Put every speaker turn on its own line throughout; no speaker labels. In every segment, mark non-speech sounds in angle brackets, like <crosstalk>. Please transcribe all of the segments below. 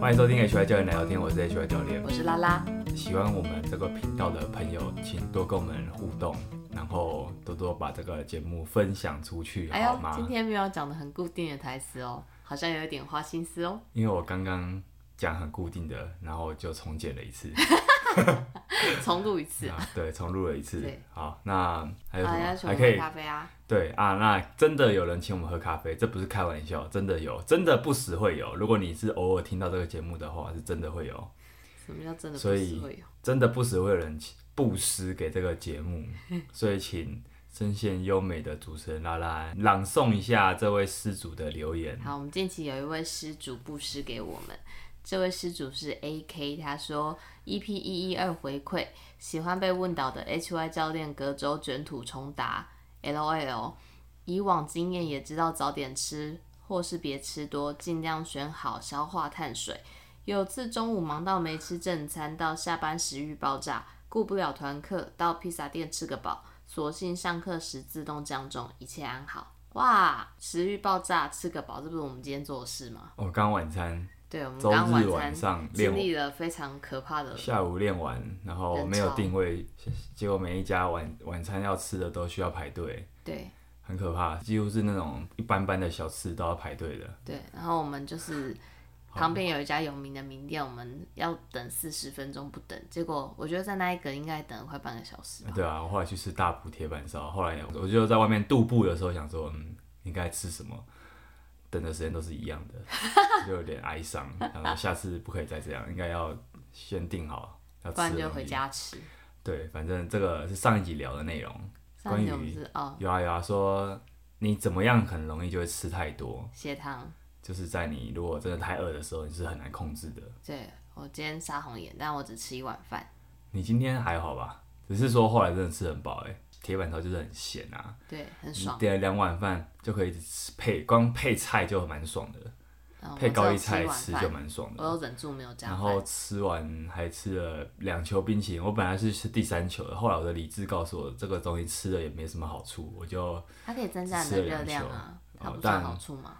欢迎收听 HY 教练聊天，我是 HY 教练
我。是拉拉，
喜欢我们这个频道的朋友，请多跟我们互动，然后多多把这个节目分享出去，
哎
好
呦，
吗
今？天没有讲的很固定的台词哦，好像有一点花心思哦。
因为我刚刚讲很固定的，然后就重剪了一次，
重录一次，
啊对，重录了一次
对。
好，那还有什
啊，要
么？
请
哎还
我
可
喝
以
咖啡啊，
对啊，那真的有人请我们喝咖啡，这不是开玩笑，真的有，真的不时会有。如果你是偶尔听到这个节目的话，是真的会有，
什么叫真的不
所以
是会有？
真的不时会有人请布施给这个节
<laughs>
目，所以请声线优美的主持人拉拉朗诵一下这位施主的留言。
好，我们近期有一位施主布施给我们，这位施主是 A K，他说 E P 一一二回馈，喜欢被问倒的 H Y 教练隔周卷土重达，L O L，以往经验也知道早点吃或是别吃多，尽量选好消化碳水。有次中午忙到没吃正餐，到下班食欲爆炸，顾不了团课，到披萨店吃个饱，索性上课时自动降重，一切安好。哇，食欲爆炸，吃个饱，这不是我们今天做的事吗？
我、刚晚餐，
对，我们
周
刚
日
晚
晚
餐
上
经
练，
历了非常可怕的，
下午练完，然后
人
没有
潮
定位，结果每一家晚晚餐要吃的都需要排队，
对
很可怕，几乎是那种一般般的小吃都要排队的。
对。然后我们就是旁边有一家有名的名店，我们要等四十分钟不等，结果我觉得在那一个应该等了快半个小时吧。
对啊，我后来去吃大埔铁板烧，后来我就在外面踱步的时候想说，嗯，应该吃什么？等的时间都是一样的， <laughs> 就有点哀伤。然后下次不可以再这样，应该要先定好要吃
不
的
然
东西。
就回家吃。
对，反正这个是上一集聊的内容。
上一集我们是哦
有啊有啊，说你怎么样很容易就会吃太多，
血糖，
就是在你如果真的太饿的时候，你是很难控制的。
对我今天杀红眼，但我只吃一碗饭。
你今天还好吧？只是说后来真的吃很饱哎、欸，铁板烧就是很咸啊。
对，很
你
爽。
点了两碗饭就可以吃配，光配菜就蛮爽的，
嗯我
配高丽菜
只有
吃
一碗
就
饭
蛮爽
我
的。
有忍住没有加
然
饭。
后吃完还吃了两球冰淇淋，我本来是吃第三球的，后来我的理智告诉我这个东西吃了也没什么好处，我就
它可以增加你
吃
的
了
热
两
量
球
啊，它
哦
不算
但
好处吗？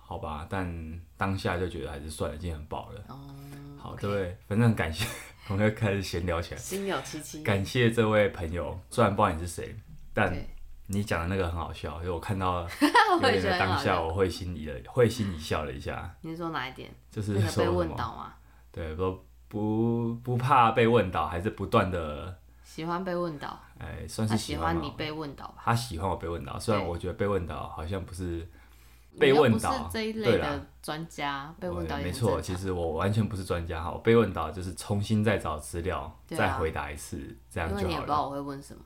好吧，但当下就觉得还是算了，已经很饱了。
哦，
好，
OK
这位反正很感谢， <laughs> 我们又开始闲聊起来。
心有戚戚。
感谢这位朋友，虽然不知道你是谁，但
对，
你讲的那个很好笑，因为我看到
<laughs> 我
有
也
点
觉得
的
很
当
好
下，
笑。
我会心里的会心一笑了一下，
你是说哪一点？
就是
那个
说
被
什
问
么
倒吗？
对，不不不怕被问到，还是不断的，
喜欢被问倒，
哎，算
他
是
喜
欢
欢
嘛
你被问倒吧？
他喜欢我被问到，虽然
对
我觉得被问到好像不是
你
被
又
问
不是
倒，
这一类
对啦，
的专家，被
我
问倒也
没
很
错，
正
其
常。
实我完全不是专家哈，我被问到就是重新再找资料，
对啊
再回答一次，这样
因为
就
你也
好
不知道
了。
我会问什么，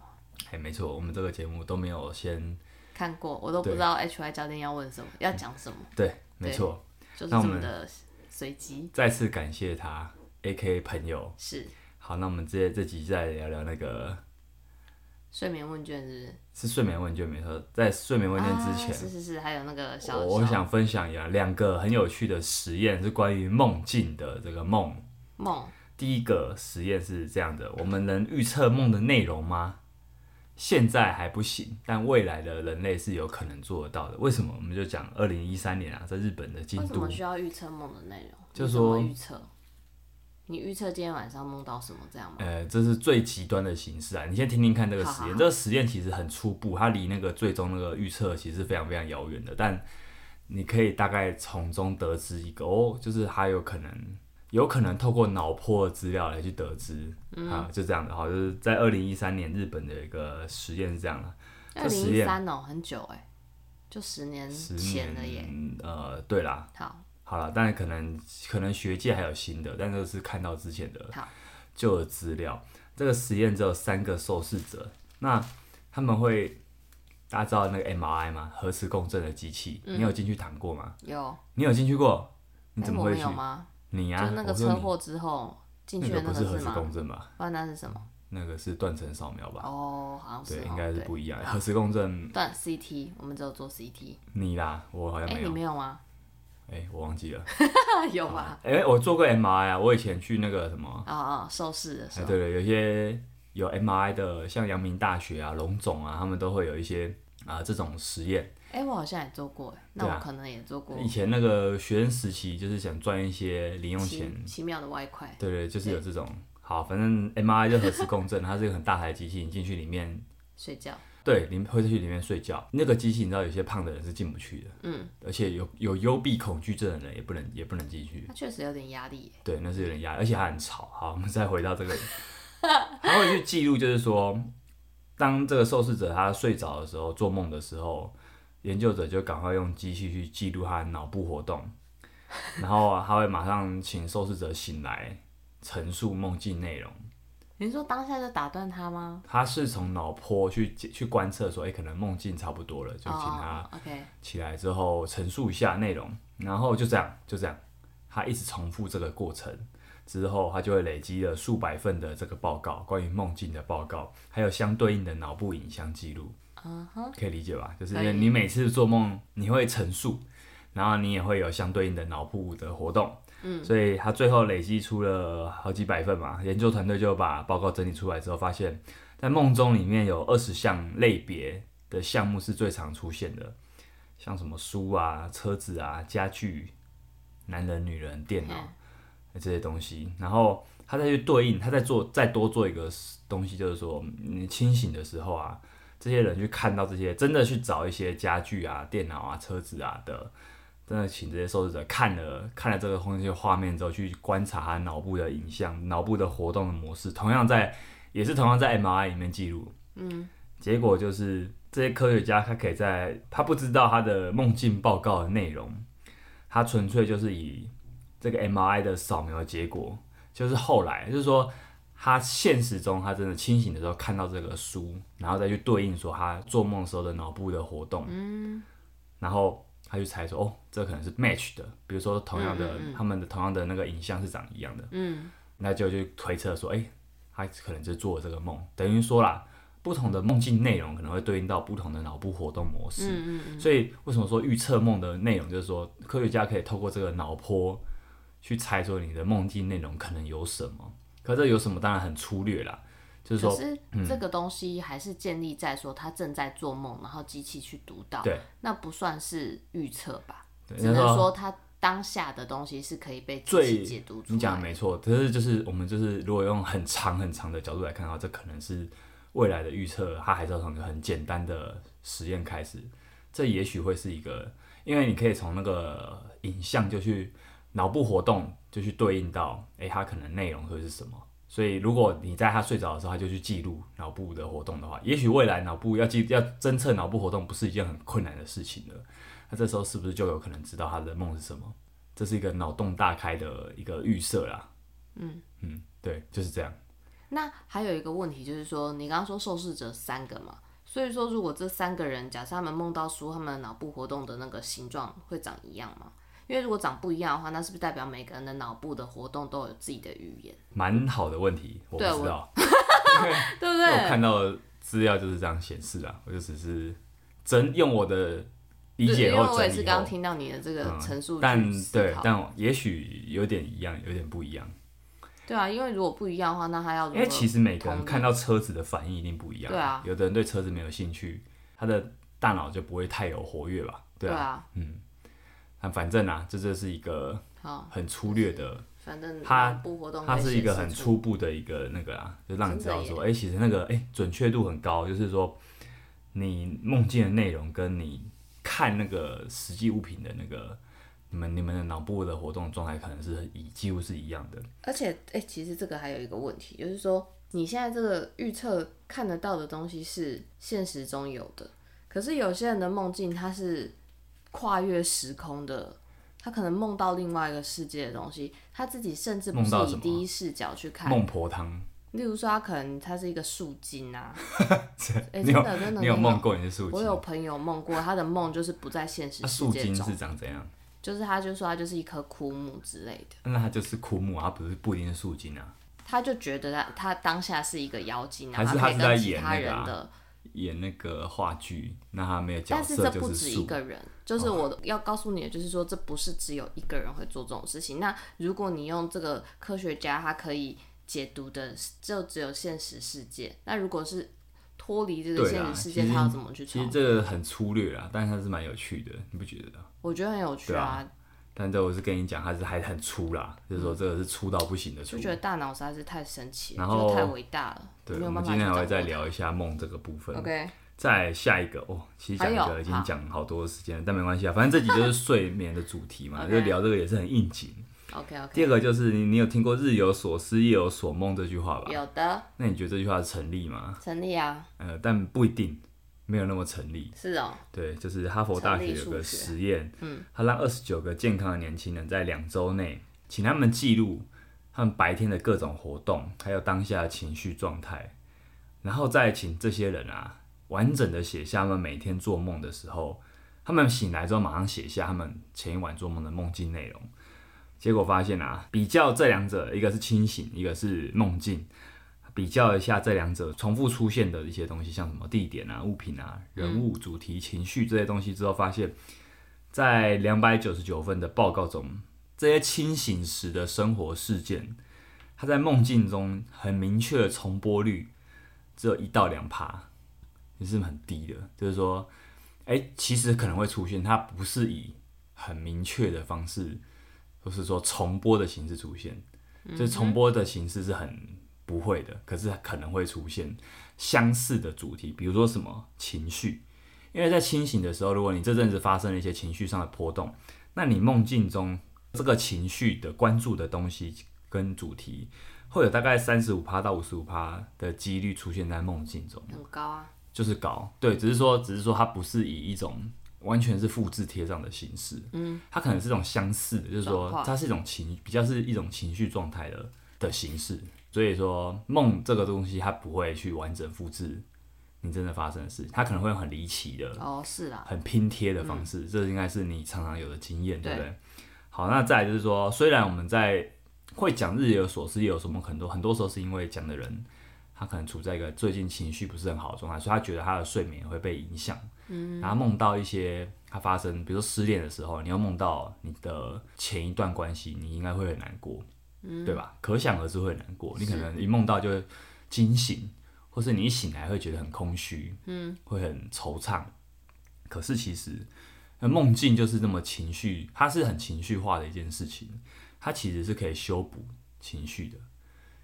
哎，没错，我们这个节目都没有先
看过我都不
对
知道 HY 教练要问什么，要讲什么，
对，没错，
就是
那我
这么
们
的随机。
再次感谢他，A K 朋友。
是
好，那我们接这集再聊聊那个
睡眠问卷是不
是
是？
睡眠问卷没错，在睡眠问卷之前
啊、，是是是，还有那个小
我我
小
想分享一下两个很有趣的实验，是关于梦境的这个梦。
梦，
第一个实验是这样的：我们能预测梦的内容吗？现在还不行，但未来的人类是有可能做得到的。为什么？我们就讲二零一三年啊，在日本的京
为什
都
么，需要预测梦的内容？
就
你怎么
说
预测，你预测今天晚上梦到什么这样吗？
呃，这是最极端的形式啊。你先听听看这个实
好好
验，
好
这个实验其实很初步，它离那个最终那个预测其实是非常非常遥远的，但你可以大概从中得知一个哦，就是它有可能。有可能透过脑波的资料来去得知、
嗯
啊，就这样的哈，就是在二零一三年日本的一个实验是这样的，
二
哎这
零
实
一
验
三哦，很久哎、就十年
十
前了耶。
年呃，对啦，
好，
好了，但可能可能学界还有新的，但这是看到之前的
好
旧的资料。这个实验只有三个受试者，那他们会大家知道那个 MRI 吗？核磁共振的机器，
嗯
你有进去躺过吗？
有，
你有进去过？你
哎
怎么
我
会
们
去
有？吗？
你呀、
就
啊，
是那个
我说
车
你
祸之后进
那
去
个
的那
不是核
个
磁
吗？
共振吧？
不然那是什么？
那个是断层扫描吧？
哦，好像是
对，
哦，
应该是
对
不一样。核磁共振
断 CT，我们只有做 CT。
你啦，我好像
哎、
没
你
有，
没有吗？ <laughs>
哎、我忘记了。
有吧？
哎、我做过 MRI 啊，我以前去那个什么。
啊啊，受试的时
哦哎，
候，
对了，有些有 MRI 的，像阳明大学啊、龙总啊，他们都会有一些啊、这种实验。
哎、我好像也做过，哎那
对啊
我可能也做过
以前那个学生时期就是想赚一些零 <laughs> 用
奇
钱，
奇妙的外快。
对对，就是有这种。好，反正 MRI 就核磁共振，它是一个很大台的机器，你进去里面
睡觉，
对，你会去里面睡觉。那个机器，你知道有些胖的人是进不去的，
嗯，
而且有有幽闭恐惧症的人也不能也不能进去。
它确实有点压力耶。
对，那是有点压力，而且它很吵。好，我们再回到这个， <laughs> 他会去记录，就是说，当这个受试者他睡着的时候、做梦的时候，研究者就赶快用机器去记录他的脑部活动，然后啊他会马上请受试者醒来，陈述梦境内容。
你是说当下就打断它吗？
他是从脑波去去观测说，哎、可能梦境差不多了，就请他
哦、OK，
起来之后陈述一下内容，然后就这样就这样，他一直重复这个过程之后，他就会累积了数百份的这个报告，关于梦境的报告，还有相对应的脑部影像记录，
嗯哼，
可以理解吧？就是
可以
你每次做梦，你会陈述，然后你也会有相对应的脑部的活动。嗯，所以他最后累积出了好几百份嘛，研究团队就把报告整理出来之后，发现，在梦中里面有二十项类别的项目是最常出现的，像什么书啊、车子啊、家具、男人、女人、电脑哎这些东西。然后他再去对应，他再做再多做一个东西，就是说你清醒的时候啊，这些人去看到这些，真的去找一些家具啊、电脑啊、车子啊的，真的请这些受试者看了看了这个空间画面之后，去观察他脑部的影像、脑部的活动的模式，同样在也是同样在 MRI 里面记录。嗯，结果就是这些科学家他可以在他不知道他的梦境报告的内容，他纯粹就是以这个 MRI 的扫描结果，就是后来就是说他现实中他真的清醒的时候看到这个书，然后再去对应说他做梦时候的脑部的活动，然后他就猜说哦，这可能是 match 的，比如说同样的、他们的同样的那个影像是长一样的，
嗯，
那就去推测说，哎、他可能就做了这个梦，等于说啦，不同的梦境内容可能会对应到不同的脑部活动模式，
嗯嗯，
所以为什么说预测梦的内容，就是说科学家可以透过这个脑波去猜说你的梦境内容可能有什么，可这有什么当然很粗略啦，就是
嗯可
说嗯
是这个东西还是建立在说他正在做梦，然后机器去读到，
对，
那不算是预测吧？
对
只能说他当下的东西是可以被机器
最
解读出
你讲
来
的
的。
没错，可是就是我们就是如果用很长很长的角度来看的话，这可能是未来的预测，它还是要从一个很简单的实验开始。这也许会是一个，因为你可以从那个影像就去脑部活动就去对应到，诶，它可能内容会是什么。所以如果你在他睡着的时候，他就去记录脑部的活动的话，也许未来脑部要记要侦测脑部活动不是一件很困难的事情了。那这时候是不是就有可能知道他的梦是什么？这是一个脑洞大开的一个预设啦。嗯嗯，对，就是这样。
那还有一个问题就是说，你刚刚说受试者三个嘛，所以说如果这三个人假设他们梦到书，他们的脑部活动的那个形状会长一样吗？因为如果长不一样的话，那是不是代表每个人的脑部的活动都有自己的语言，
蛮好的问题，我不
对
知道，
对不
因为我
对？
看到的资料就是这样显示啊，我就只是整用我的理
对
解
因为
后
我也
整
是
理
刚刚
后，嗯
听到你的这个陈述、去
但
思
对
考，
但我也许有点一样，有点不一样，
对啊，因为如果不一样的话，那他要如
因为
何
其实每个
嗯同
人
意
看到车子的反应一定不一样，
对啊
有的人对车子没有兴趣，他的大脑就不会太有活跃吧，对
对
啊，
啊，
那反正啊，这就是一个
好，
很粗略的
反正
它
脑部活动
它
会
是一个
显
很
示出
初步的一个那个啦，就让你知道
真
说，哎、其实那个哎、诶准确度很高，就是说你梦境的内容跟你看那个实际物品的那个你们你们的脑部的活动状态可能是一几乎是一样的。
而且，哎、其实这个还有一个问题，就是说你现在这个预测看得到的东西是现实中有的，可是有些人的梦境它是跨越时空的，他可能梦到另外一个世界的东西，他自己甚至不
梦
是
到什
以
么
第一视角去看。
孟婆汤，
例如说，他可能他是一个树
<laughs>
精啊，哎、
你
真
有
的真的，
你有
真的
梦过你是树
我
精？
有朋友梦过，他的梦就是不在现实
那
世
树
界
精
中，
是长怎样？
就是他就说他就是一棵枯木之类的。
那它就是枯木啊，它不是不一定是树精啊，
他就觉得他他当下是一个妖精，然
还
后
是
他可
他
以
是在
跟其
演
他
那
人
个啊
的，
演那个话剧，那它没有角
但是
色
这
就
不
是
止一
树。哦
个人，就是我要告诉你的，就是说这不是只有一个人会做这种事情。那如果你用这个科学家，他可以解读的就只有现实世界，那如果是脱离这个
对
现
啦，
实世
其
界，
实
他要怎么去
其
创
实
作？
这个很粗略啦，但是它是蛮有趣的，你不觉得？
我觉得很有趣
对啊
啊，
但这我是跟你讲，它是还很粗啦，就是说这个是粗到不行的粗
嗯就。觉得大脑实在是太神奇了，
然
就
后
是太伟大了，
对，
没
我
有
们
办法
今
去
天还会
掌
再
握
聊一下梦这个部分
它。。OK，
再下一个哦，其实讲一
还有
个已经
好
讲好多时间了，但没关系啊，反正这集就是睡眠的主题
<laughs>
嘛，
OK
就聊这个也是很应景。
OK
第
OK，
二个就是你，你有听过“日有所思，夜有所梦”这句话吧？
有的
那你觉得这句话成立吗？
成立啊，
呃，但不一定，没有那么成立。
是哦，
对，就是哈佛大学有
成立数学
个实验，嗯，他让二十九个健康的年轻人在两周内，请他们记录他们白天的各种活动，还有当下的情绪状态，然后再请这些人啊，完整的写下他们每天做梦的时候，他们醒来之后马上写下他们前一晚做梦的梦境内容。结果发现啊，比较这两者，一个是清醒，一个是梦境。比较一下这两者重复出现的一些东西，像什么地点啊、物品啊、人物、主题、情绪这些东西之后，发现，在两百九十九份的报告中，这些清醒时的生活事件，它在梦境中很明确的重播率只有一到两趴，也是很低的。就是说，哎、其实可能会出现，它不是以很明确的方式，就是说重播的形式出现，就是重播的形式是很不会的，可是可能会出现相似的主题，比如说什么情绪，因为在清醒的时候，如果你这阵子发生了一些情绪上的波动，那你梦境中这个情绪的关注的东西跟主题，会有大概三十五趴到五十五趴的几率出现在梦境中。
很高啊，
就是搞，对，只是说，只是说它不是以一种完全是复制贴上的形式，嗯，它可能是一种相似的，就是
转
说
化
它是一种情，比较是一种情绪状态的的形式。所以说梦这个东西，它不会去完整复制你真的发生的事，它可能会用很离奇的、
哦是啦，
很拼贴的方式，
嗯
这应该是你常常有的经验，对不
对
对？好，那再来就是说，虽然我们在会讲日有所思，夜有所梦，很多很多时候是因为讲的人他可能处在一个最近情绪不是很好的状态，所以他觉得他的睡眠会被影响，嗯，然后梦到一些他发生，比如说失恋的时候，你又梦到你的前一段关系，你应该会很难过，嗯，对吧？可想而知会很难过，你可能一梦到就会惊醒，或是你一醒来会觉得很空虚，嗯，会很惆怅。可是其实，那梦境就是那么情绪，它是很情绪化的一件事情，它其实是可以修补情绪的。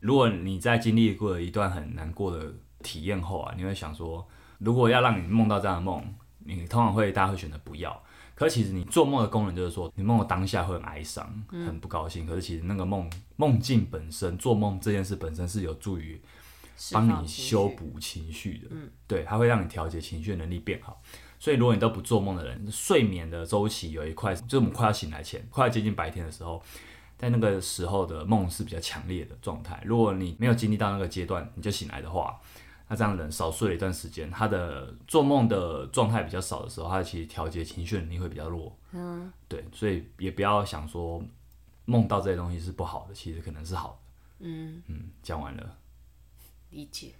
如果你在经历过一段很难过的体验后啊，你会想说，如果要让你梦到这样的梦，你通常会大家会选择不要。可其实你做梦的功能就是说，你梦的当下会很哀伤、很不高兴，可是其实那个梦梦境本身，做梦这件事本身是有助于
释
帮
放
你
情
修
绪，嗯
补情绪的，对，它会让你调节情绪的能力变好。所以，如果你都不做梦的人，睡眠的周期有一块，就是我们快要醒来前，快要接近白天的时候，在那个时候的梦是比较强烈的状态。如果你没有经历到那个阶段，你就醒来的话，那这样人少睡了一段时间，他的做梦的状态比较少的时候，他其实调节情绪的能力会比较弱。嗯，对，所以也不要想说梦到这些东西是不好的，其实可能是好的。嗯嗯，讲完了，
理解。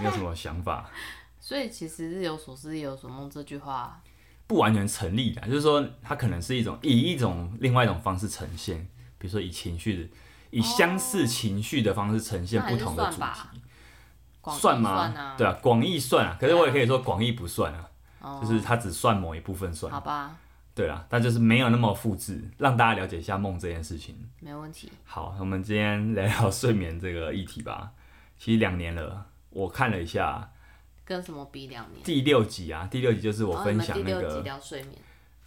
你有什么想法？ <laughs>
所以其实“日有所思，夜有所梦”这句话，
不完全成立的，就是说它可能是一种以一种另外一种方式呈现，比如说以情绪的以相似情绪的方式呈现
哦那还
不
是
同的
算
主
吧
题，
广义
吗？
啊，
对啊，广义算啊，可是我也可以说广义不算啊，
哦
就是它只算某一部分算，啊
好吧，
对啦，但就是没有那么复制，让大家了解一下梦这件事情。
没问题。
好，我们今天聊聊睡眠这个议题吧。其实两年了，我看了一下
跟什么比两年？
第六集啊，第六集就是我
哦
分享
你们第
那
六
个
集聊睡眠，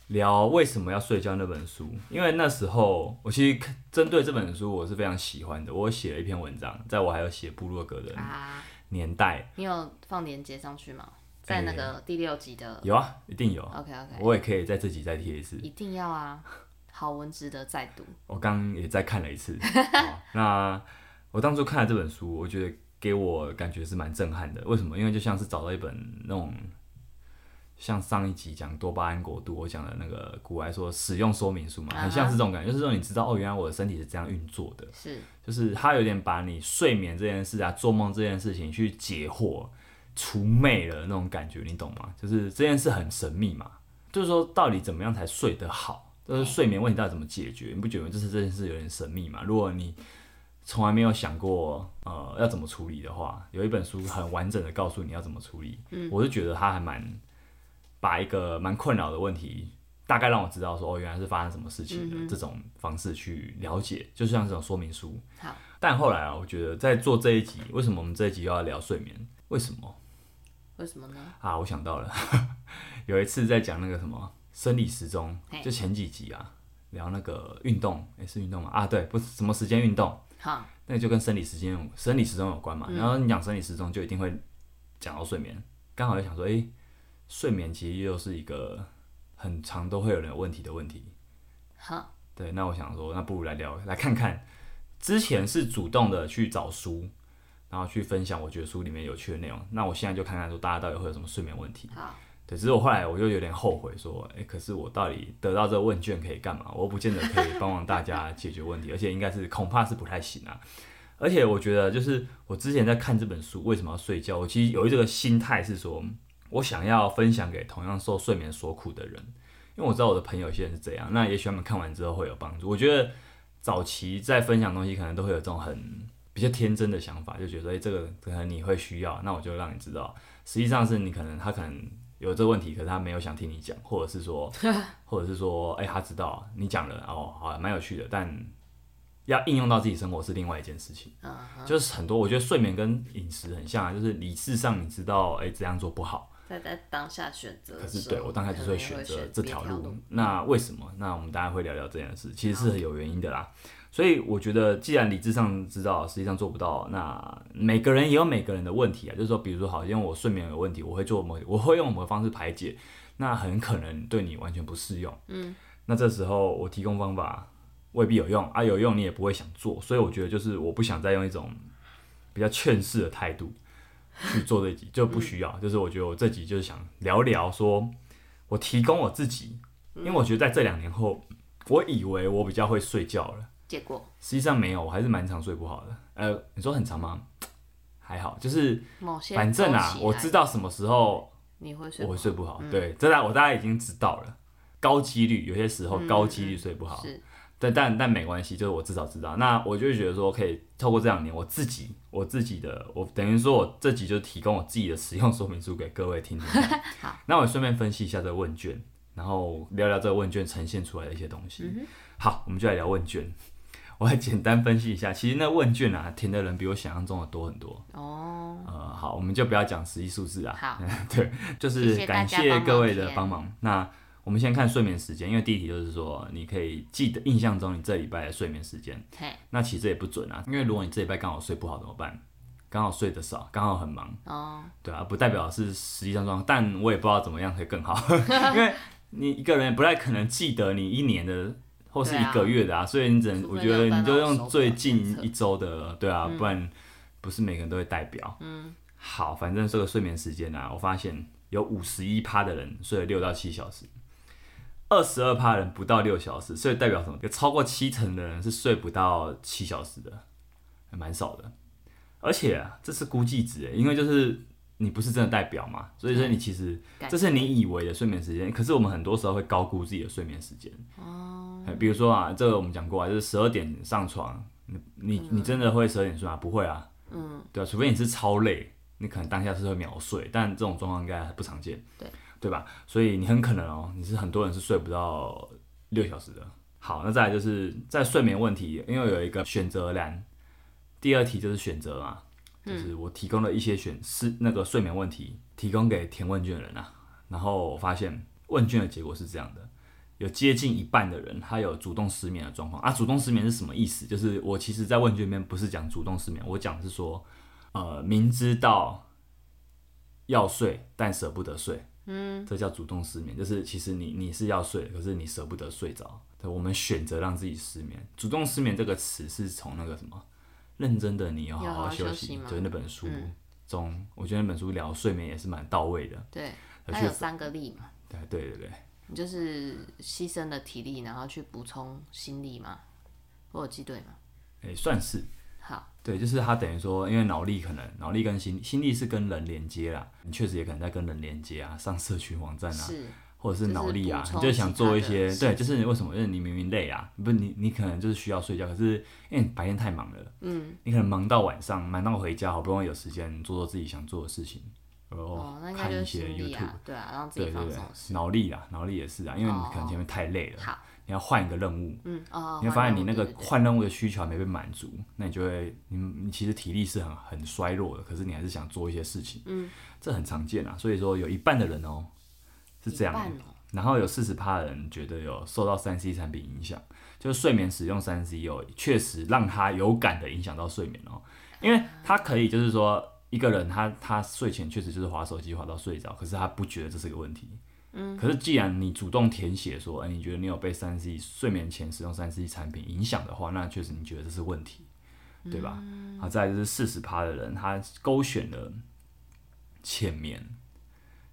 聊为什么要睡觉那本书，因为那时候我其实针对这本书我是非常喜欢的，我写了一篇文章，在我还有写部落格的
啊，
年代，
你有放链接上去吗？在那个第六集的
哎有啊，一定有，
，OK OK，
我也可以在这集再贴一次。
一定要啊，好文值得再读。
我刚刚也再看了一次。好那我当初看了这本书，我觉得给我感觉是蛮震撼的。为什么？因为就像是找到一本那种，像上一集讲多巴胺国度，我讲的那个古来说使用说明书嘛，
啊哈
很像是这种感觉，就是说你知道哦，原来我的身体是这样运作的。
是，
就是他有点把你睡眠这件事啊、做梦这件事情去解惑、除魅了那种感觉，你懂吗？就是这件事很神秘嘛，就是说到底怎么样才睡得好，就是睡眠问题到底怎么解决？你不觉得就是这件事有点神秘嘛？如果你从来没有想过呃要怎么处理的话，有一本书很完整的告诉你要怎么处理。嗯，我是觉得他还蛮把一个蛮困扰的问题，大概让我知道说哦原来是发生什么事情的、这种方式去了解，就像这种说明书。
好，
但后来啊，我觉得在做这一集，为什么我们这一集又要聊睡眠？为什么
为什么呢？
啊？我想到了，有一次在讲那个什么生理时钟
嘿，
就前几集啊，聊那个运动，诶，是运动吗？啊，对，不是什么时间运动，
好，
那就跟生理时间有、生理时钟有关嘛。然后你讲生理时钟，就一定会讲到睡眠。刚好就想说，诶，睡眠其实又是一个很常都会有人有问题的问题。
好，
对，那我想说，那不如来聊，来看看。之前是主动的去找书，然后去分享我觉得书里面有趣的内容。那我现在就看看说大家到底会有什么睡眠问题。
好，
对，只是我后来我又有点后悔，说，哎、可是我到底得到这个问卷可以干嘛？我又不见得可以帮忙大家解决问题，而且应该是恐怕是不太行啊。而且我觉得，就是我之前在看这本书，为什么要睡觉？我其实有一这个心态是说，我想要分享给同样受睡眠所苦的人，因为我知道我的朋友有些人是这样，那也许他们看完之后会有帮助。我觉得早期在分享东西，可能都会有这种很比较天真的想法，就觉得哎、诶这个可能你会需要，那我就让你知道。实际上是你可能他可能有这个问题，可是他没有想听你讲，或者是说，或者是说，哎、他知道你讲了哦，好，蛮有趣的，但要应用到自己生活是另外一件事情。
嗯
就是很多，我觉得睡眠跟饮食很像啊，就是理智上你知道，哎、这样做不好。
在在当下选择的
可是
时候，
对我当下就是会
可能
选
会
择
选
这
别
条
路。
路。那为什么？那我们大家会聊聊这件事，其实是有原因的啦。所以我觉得，既然理智上知道，实际上做不到，那每个人也有每个人的问题啊。就是说，比如说，好，因为我睡眠有问题，我会做某，我会用某个方式排解，那很可能对你完全不适用。嗯，那这时候我提供方法未必有用啊，有用你也不会想做。所以我觉得，就是我不想再用一种比较劝世的态度去做这集，就
嗯
不需要。就是我觉得我这集就是想聊聊说。我提供我自己，因为我觉得在这两年后，我以为我比较会睡觉了，
结果
实际上没有，我还是蛮常睡不好的。呃，你说很长吗？还好，就是
某些
反正
周
啊，
期
我
来
知道什么时候
你会睡
我
不
会
好嗯
睡不好。对，这大我大家已经知道了，高几率有些时
嗯
候高几率睡不好。
是
对，但但没关系，就是我至少知道。那我就会觉得说，可以透过这两年，我自己我自己的，我等于说我这集就提供我自己的使用说明书给各位听听看。那我顺便分析一下这个问卷，然后聊聊这个问卷呈现出来的一些东西。好，我们就来聊问卷。我来简单分析一下，其实那问卷啊，填的人比我想象中的多很多。 <laughs>
哦，
呃，好，我们就不要讲实际数字啊，
好，
对，就
谢
是
谢大
感
家
谢
帮忙
各位的
填
帮忙。那我们先看睡眠时间，因为第一题就是说，你可以记得印象中你这礼拜的睡眠时间。
嘿，
那其实这也不准啊，因为如果你这礼拜刚好睡不好怎么办？刚好睡得少，刚好很忙，
哦，
对啊，不代表是实际上状况，但我也不知道怎么样才更好， <laughs> 因为你一个人也不太可能记得你一年的或是一个月的啊，所以你只能
除
我
非
觉得
没有
你就
办法手
用
表嗯
最
检
近
测
一周的，对啊，不然不是每个人都会代表。嗯，好，反正这个睡眠时间啊，我发现有五十一趴的人睡了六到七小时。二十二趴人不到六小时，所以代表什么？有超过七成的人是睡不到七小时的，还蛮少的。而且、啊、这是估计值耶，因为就是你不是真的代表嘛，所以说你其实
感
这是你以为的睡眠时间，可是我们很多时候会高估自己的睡眠时间。哦，比如说啊，这个我们讲过啊，就是十二点上床，你你你真的会十二点睡吗？不会啊，嗯，对啊，除非你是超累，你可能当下是会秒睡，但这种状况应该不常见，
对
对吧？所以你很可能哦，你是很多人是睡不到六小时的。好，那再来就是在睡眠问题，因为有一个选择栏，第二题就是选择嘛，就是我提供了一些选是那个睡眠问题，提供给填问卷的人啊，然后我发现问卷的结果是这样的。有接近一半的人，他有主动失眠的状况啊。主动失眠是什么意思？就是我其实，在问卷里面不是讲主动失眠，我讲是说，呃，明知道要睡，但舍不得睡，嗯，这叫主动失眠。就是其实你你是要睡，可是你舍不得睡着。对，我们选择让自己失眠。主动失眠这个词是从那个什么，认真的你要好
要好好
休
休
息，
息吗嗯
就是那本书中，我觉得那本书聊睡眠也是蛮到位的。
对，
而
它
且
有三个力嘛，
对对对对，
你就是牺牲了体力，然后去补充心力嘛，我有记对吗？
诶、算是。
好，
对，就是它等于说，因为脑力可能脑力跟心心力是跟人连接啦，你确实也可能在跟人连接啊，上社群网站啊，
是
或者是脑力啊
就，是
你
补充
就想做一些
其他
对，
的
就是为什么？因为你明明累啊，不，你你可能就是需要睡觉，可是因为你白天太忙了，
嗯，
你可能忙到晚上，忙到回家，好不容易有时间做做自己想做的事情，然后
哦，那应该
看
就
一
是
些
心力
YouTube，、
啊，对啊，让自
对
己
对
放
对
松是。，
脑力啊，脑力也是啊，因为你
哦
可能前面太累了，
好，
你要换一个任务，
嗯，哦，
你会发现你那个
对对对
换任务的需求还没被满足，那你就会你你其实体力是很很衰弱的，可是你还是想做一些事情，
嗯，
这很常见啊。所以说有一半的人哦是这样
一
的
半，哦
然后有四十趴的人觉得有受到三 C 产品影响，就是睡眠使用三 C 有确实让他有感的影响到睡眠哦，因为他可以就是说一个人他他睡前确实就是划手机划到睡着，可是他不觉得这是个问题。嗯，可是既然你主动填写说，哎、你觉得你有被三 C 睡眠前使用三 C 产品影响的话，那确实你觉得这是问题，对吧？好，再来就是四十趴的人，他勾选了浅眠，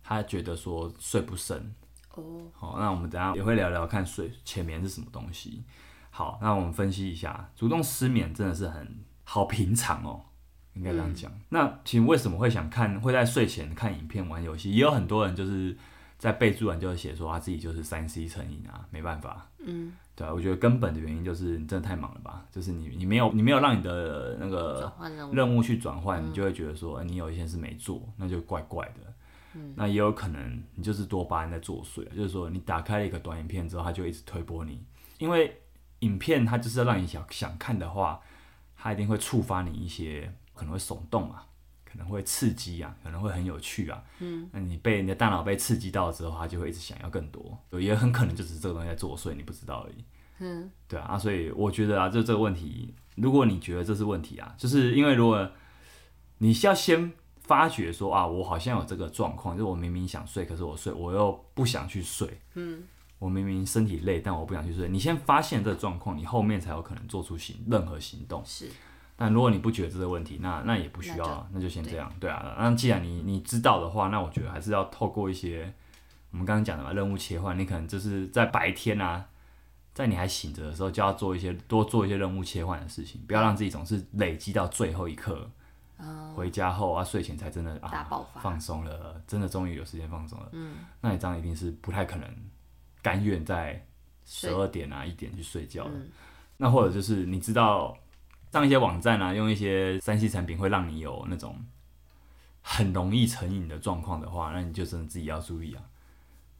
他觉得说睡不深，
哦，
好，那我们等一下也会聊聊看睡浅眠是什么东西。好，那我们分析一下，主动失眠真的是很好平常哦，应该这样讲。那请为什么会想看，会在睡前看影片、玩游戏？也有很多人就是在备注完就会写说他自己就是三 C 成瘾啊，没办法。嗯，对啊，我觉得根本的原因就是你真的太忙了吧，就是你你没有你没有让你的那个
转换任务，嗯
任务去转换，你就会觉得说、呃你有一些是没做，那就怪怪的。
嗯
那也有可能你就是多巴胺在作祟，啊就是说你打开了一个短影片之后，它就一直推波你，因为影片它就是要让你想想看的话，它一定会触发你一些可能会耸动啊，可能会刺激啊，可能会很有趣啊。嗯，那你被你的大脑被刺激到之后，它就会一直想要更多，也很可能就只是这个东西在作祟，你不知道而已。
嗯，
对啊，所以我觉得啊，就这个问题，如果你觉得这是问题啊，就是因为如果你是要先发觉说啊，我好像有这个状况，就是我明明想睡，可是我睡我又不想去睡，嗯，我明明身体累，但我不想去睡。你先发现这个状况，你后面才有可能做出行任何行动。
是
但如果你不觉得这个问题，那那也不需要，那就先这样，对啊。那既然你你知道的话，那我觉得还是要透过一些我们刚刚讲的嘛，任务切换，你可能就是在白天啊，在你还醒着的时候，就要做一些多做一些任务切换的事情，不要让自己总是累积到最后一刻，回家后啊，睡前才真的
大
啊
爆发
放松了，真的终于有时间放松了。嗯，那你这样一定是不太可能甘愿在十
睡
二点啊一点去睡觉的。那或者就是你知道上一些网站啊，用一些三 C 产品会让你有那种很容易成瘾的状况的话，那你就真的自己要注意啊。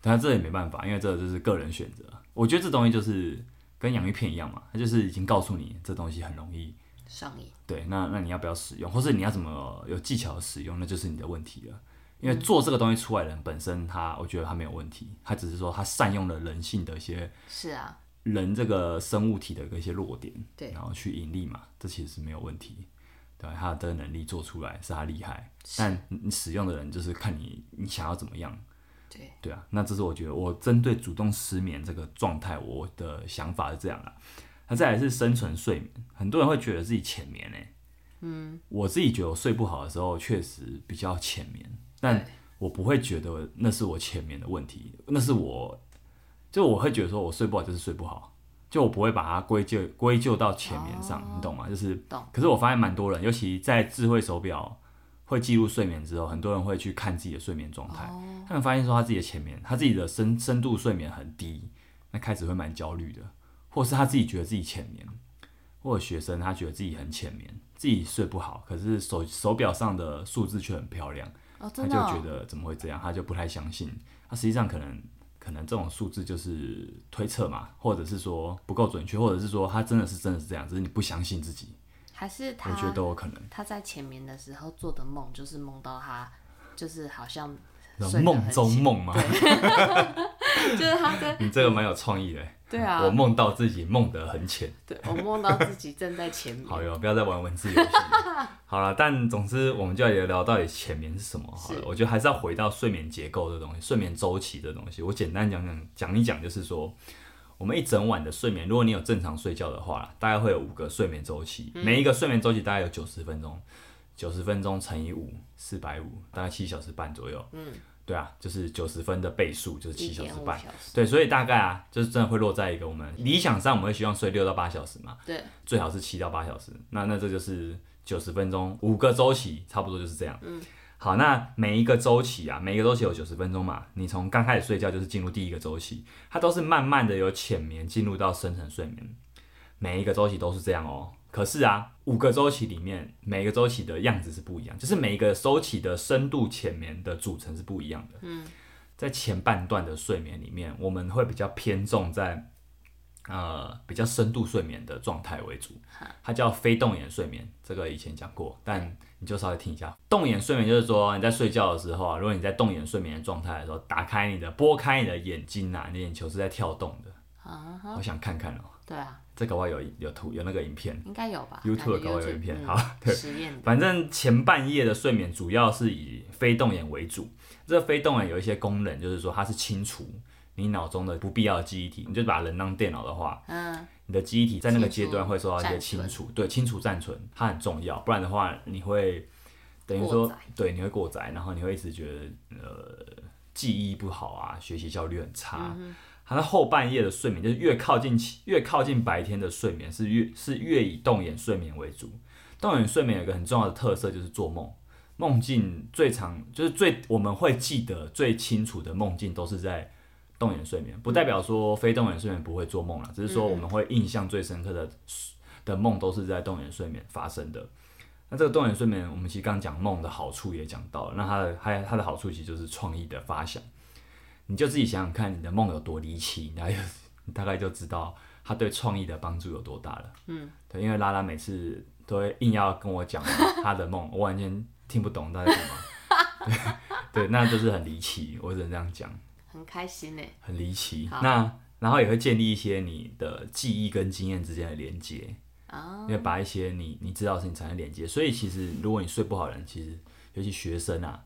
但这也没办法，因为这就是个人选择。我觉得这东西就是跟洋芋片一样嘛，它就是已经告诉你这东西很容易。
上瘾，
对，那那你要不要使用，或是你要怎么有技巧地使用，那就是你的问题了。因为做这个东西出来的人本身他，我觉得他没有问题，他只是说他善用了人性的一些
是啊，
人这个生物体的一些弱点，
对
然后去盈利嘛，这其实是没有问题。对，他的能力做出来是他厉害，但你使用的人就是看你你想要怎么样，
对，
对啊。那这是我觉得我针对主动失眠这个状态，我的想法是这样啦。啊那再来是深层睡眠，很多人会觉得自己浅眠诶、嗯，我自己觉得我睡不好的时候确实比较浅眠，但
对
我不会觉得那是我前面的问题，那是我就我会觉得说我睡不好就是睡不好，就我不会把它归咎归咎到前面上，你懂吗？就是
哦懂。
可是我发现蛮多人，尤其在智慧手表会记录睡眠之后，很多人会去看自己的睡眠状
哦
态，他们发现说他自己的前面，他自己的深深度睡眠很低，那开始会蛮焦虑的，或是他自己觉得自己浅眠。或者学生他觉得自己很浅眠，自己睡不好，可是手手表上的数字却很漂亮，他
哦，真
就
的、
觉
哦，
得怎么会这样，他就不太相信。他实际上可能可能这种数字就是推测嘛，或者是说不够准确，或者是说他真的是真的是这样，只是你不相信自己。
还是
我觉得
他
都有可能。
他在前面的时候做的梦，就是梦到他，就是好像
那
睡得
梦
很
中
浅，
梦吗？
<laughs> 就是他跟
你这个蛮有创意的。
<laughs> 对啊
我，梦到自己梦得很浅。
对我梦到自己正在前
<laughs>
面，
好哟，不要再玩文字游戏了。好了，但总之我们就要聊聊到底浅眠是什么好了。
是
我觉得还是要回到睡眠结构这东西，睡眠周期这东西。我简单讲讲讲一讲，就是说我们一整晚的睡眠，如果你有正常睡觉的话啦，大概会有五个睡眠周期，
嗯
每一个睡眠周期大概有九十分钟，九十分钟乘以五，四百五，大概七小时半左右。嗯，对啊，就是九十分的倍数就是七
一
小时
点五
半。
小时，
对，所以大概啊，就是真的会落在一个我们理想上，我们会希望睡六到八小时嘛。
对，
最好是七到八小时。那那这就是九十分钟，五个周期，差不多就是这样。嗯，好，那每一个周期啊，每一个周期有九十分钟嘛，你从刚开始睡觉就是进入第一个周期，它都是慢慢的由浅眠进入到深层睡眠，每一个周期都是这样哦。可是啊，五个周期里面，每个周期的样子是不一样，就是每一个周期的深度浅眠的组成是不一样的。嗯，在前半段的睡眠里面，我们会比较偏重在呃比较深度睡眠的状态为主，它叫非动眼睡眠，这个以前讲过，但你就稍微听一下。动眼睡眠就是说你在睡觉的时候啊，如果你在动眼睡眠的状态的时候，打开你的拨开你的眼睛啊，你的眼球是在跳动的。
啊，
我想看看哦，
对啊，
这搞不好有有图有那个影片。
应该有吧
YouTube 搞
感觉
有影片
嗯
好
实验的，
反正前半夜的睡眠主要是以非动眼为主。这非动眼有一些功能，就是说它是清除你脑中的不必要的记忆体。你就把人当电脑的话，
嗯，
你的记忆体在那个阶段会受到一些
清除
清除，对，清除暂存，它很重要，不然的话你会等于
过
说
载，
对，你会过载，然后你会一直觉得呃记忆不好啊，学习效率很差。
嗯
它的后半夜的睡眠就是越靠近起越靠近白天的睡眠是越是越以动眼睡眠为主。动眼睡眠有一个很重要的特色就是做梦，梦境最常就是最我们会记得最清楚的梦境都是在动眼睡眠，不代表说非动眼睡眠不会做梦了，只是
嗯
说我们会印象最深刻的的梦都是在动眼睡眠发生的。那这个动眼睡眠，我们其实刚刚讲梦的好处也讲到了，那它的它它的好处其实就是创意的发想。你就自己想想看，你的梦有多离奇，然后就你大概就知道它对创意的帮助有多大了。嗯，对，因为拉拉每次都会硬要跟我讲完她的梦，我完全听不懂她在干嘛。对对，那就是很离奇，我只能这样讲，
很开心呢。
很离奇。
好
那然后也会建立一些你的记忆跟经验之间的连接。
啊，
因为把一些你你知道的事情产生连接，所以其实如果你睡不好的人，其实尤其学生啊，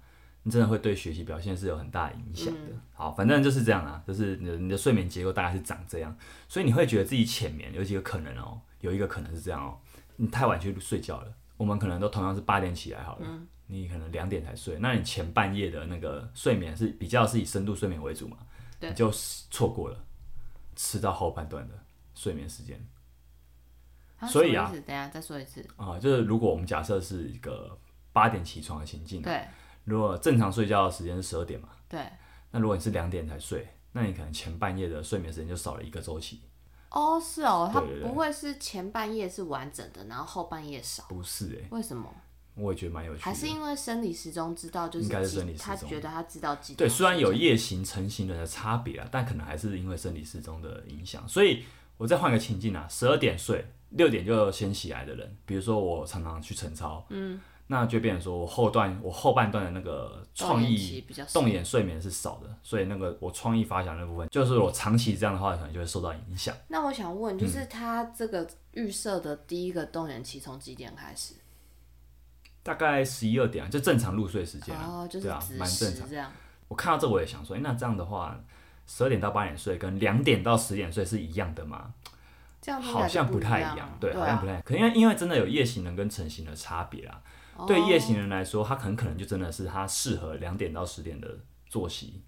你真的会对学习表现是有很大的影响的。好，反正就是这样啊，就是你的你的睡眠结构大概是长这样，所以你会觉得自己浅眠，有几个可能哦，有一个可能是这样哦，你太晚去睡觉了，我们可能都同样是八点起来好了。你可能两点才睡，那你前半夜的那个睡眠是比较是以深度睡眠为主嘛，
对
你就错过了，吃到后半段的睡眠时间。所以啊
什么意思，等一下再说一次，
啊、就是如果我们假设是一个八点起床的情境、啊，
对
如果正常睡觉的时间是十二点嘛，
对，
那如果你是两点才睡，那你可能前半夜的睡眠时间就少了一个周期。
哦，是哦，它
对对对
不会是前半夜是完整的，然后后半夜少，
不是诶、
为什么？
我也觉得蛮有趣
还是
的。
因为生理时钟知道，就是
应该是
几
生理时
他
钟
觉得他知道几
对，
点
虽然
睡
有
觉
夜行、晨行人的差别啊，但可能还是因为生理时钟的影响。所以我再换个情境啊，十二点睡，六点就先起来的人，比如说我常常去晨操，嗯，那就变成说我后段、我后半段的那个创
动眼
意
期比较少
动眼睡眠是少的，所以那个我创意发想的部分，就是我长期这样的话，可能就会受到影响。
那我想
嗯
问，就是他这个预设的第一个动员期从几点开始？
大概十一二点、啊、就正常入睡时间啊，
哦，就是
对啊，
子
蛮正
时
常。
这样。
我看到这我也想说，诶那这样的话，十二点到八点睡跟两点到十点睡是一样的吗？
这样听起来
好像
就不
太
一
样
样，，
对，
啊、
好像不太一样。可因为因为真的有夜行人跟晨行的差别啦，
哦
对夜行人来说，他很可能就真的是他适合两点到十点的作息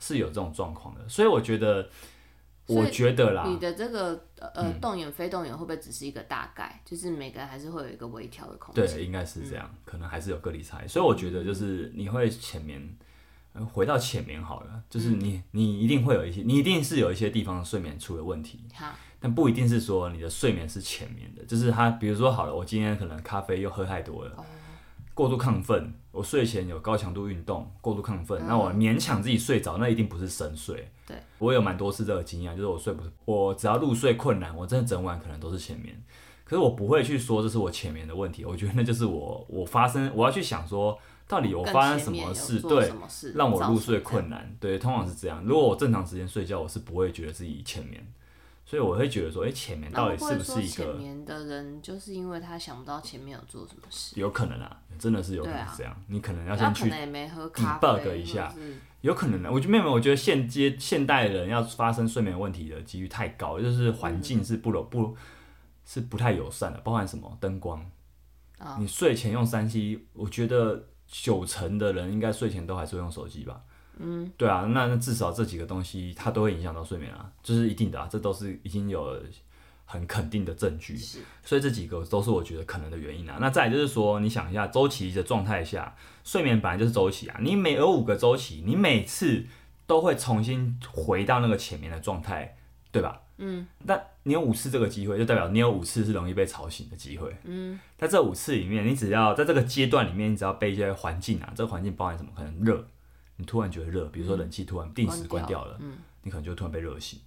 是有这种状况的，所以我觉得，
所
我
以
觉得啦，
你的这个呃
嗯
呃动眼非动眼会不会只是一个大概？就是每个人还是会有一个微调的空间。
对，应该是这样，可能还是有个例差异。所以我觉得就是你会浅眠，呃回到浅眠好了，就是
嗯
你你一定会有一些，你一定是有一些地方睡眠出了问题，
好，
但不一定是说你的睡眠是浅眠的，就是它，比如说好了，我今天可能咖啡又喝太多
哦
了，过度亢奋，我睡前有高强度运动，过度亢奋，那我勉强自己睡着，那一定不是深睡。
嗯对，
我有蛮多次这个经验，就是我睡不，我只要入睡困难，我真的整晚可能都是浅眠。可是我不会去说这是我浅眠的问题，我觉得那就是我我发生，我要去想说到底我
更
发生
前
什
面
么
有
事，
做
对
什，么事
让我入睡
造成
困难。对，通常是这样。如果我正常时间睡觉，我是不会觉得自己浅眠，所以我会觉得说，哎、浅眠
这样。
到底
那
是
会
不
不
是
会
一
说前
个
面的人就是因为他想不到前面有做什么事，
有可能啊？真的是有可
对
能
啊
是这样，你可能要
他
先
可
去
能也没喝咖啡
debug 一下
或者是
有可能的、我觉得没有，我觉得现阶现代人要发生睡眠问题的几率太高，就是环境是不容不是不太友善的，包含什么灯光。
啊
你睡前用三 C，我觉得九成的人应该睡前都还是会用手机吧。嗯，对啊，那那至少这几个东西它都会影响到睡眠啊，就是一定的啊，这都是已经有很肯定的证据。
是
所以这几个都是我觉得可能的原因啊。那再来就是说，你想一下周期的状态下，睡眠本来就是周期啊，你每有五个周期，你每次都会重新回到那个前面的状态，对吧？嗯。那你有五次这个机会，就代表你有五次是容易被吵醒的机会。嗯。在这五次里面，你只要在这个阶段里面，你只要被一些环境啊，这个环境包含什么？可能热，你突然觉得热，比如说冷气突然定时关掉了，
嗯，
你可能就突然被热醒，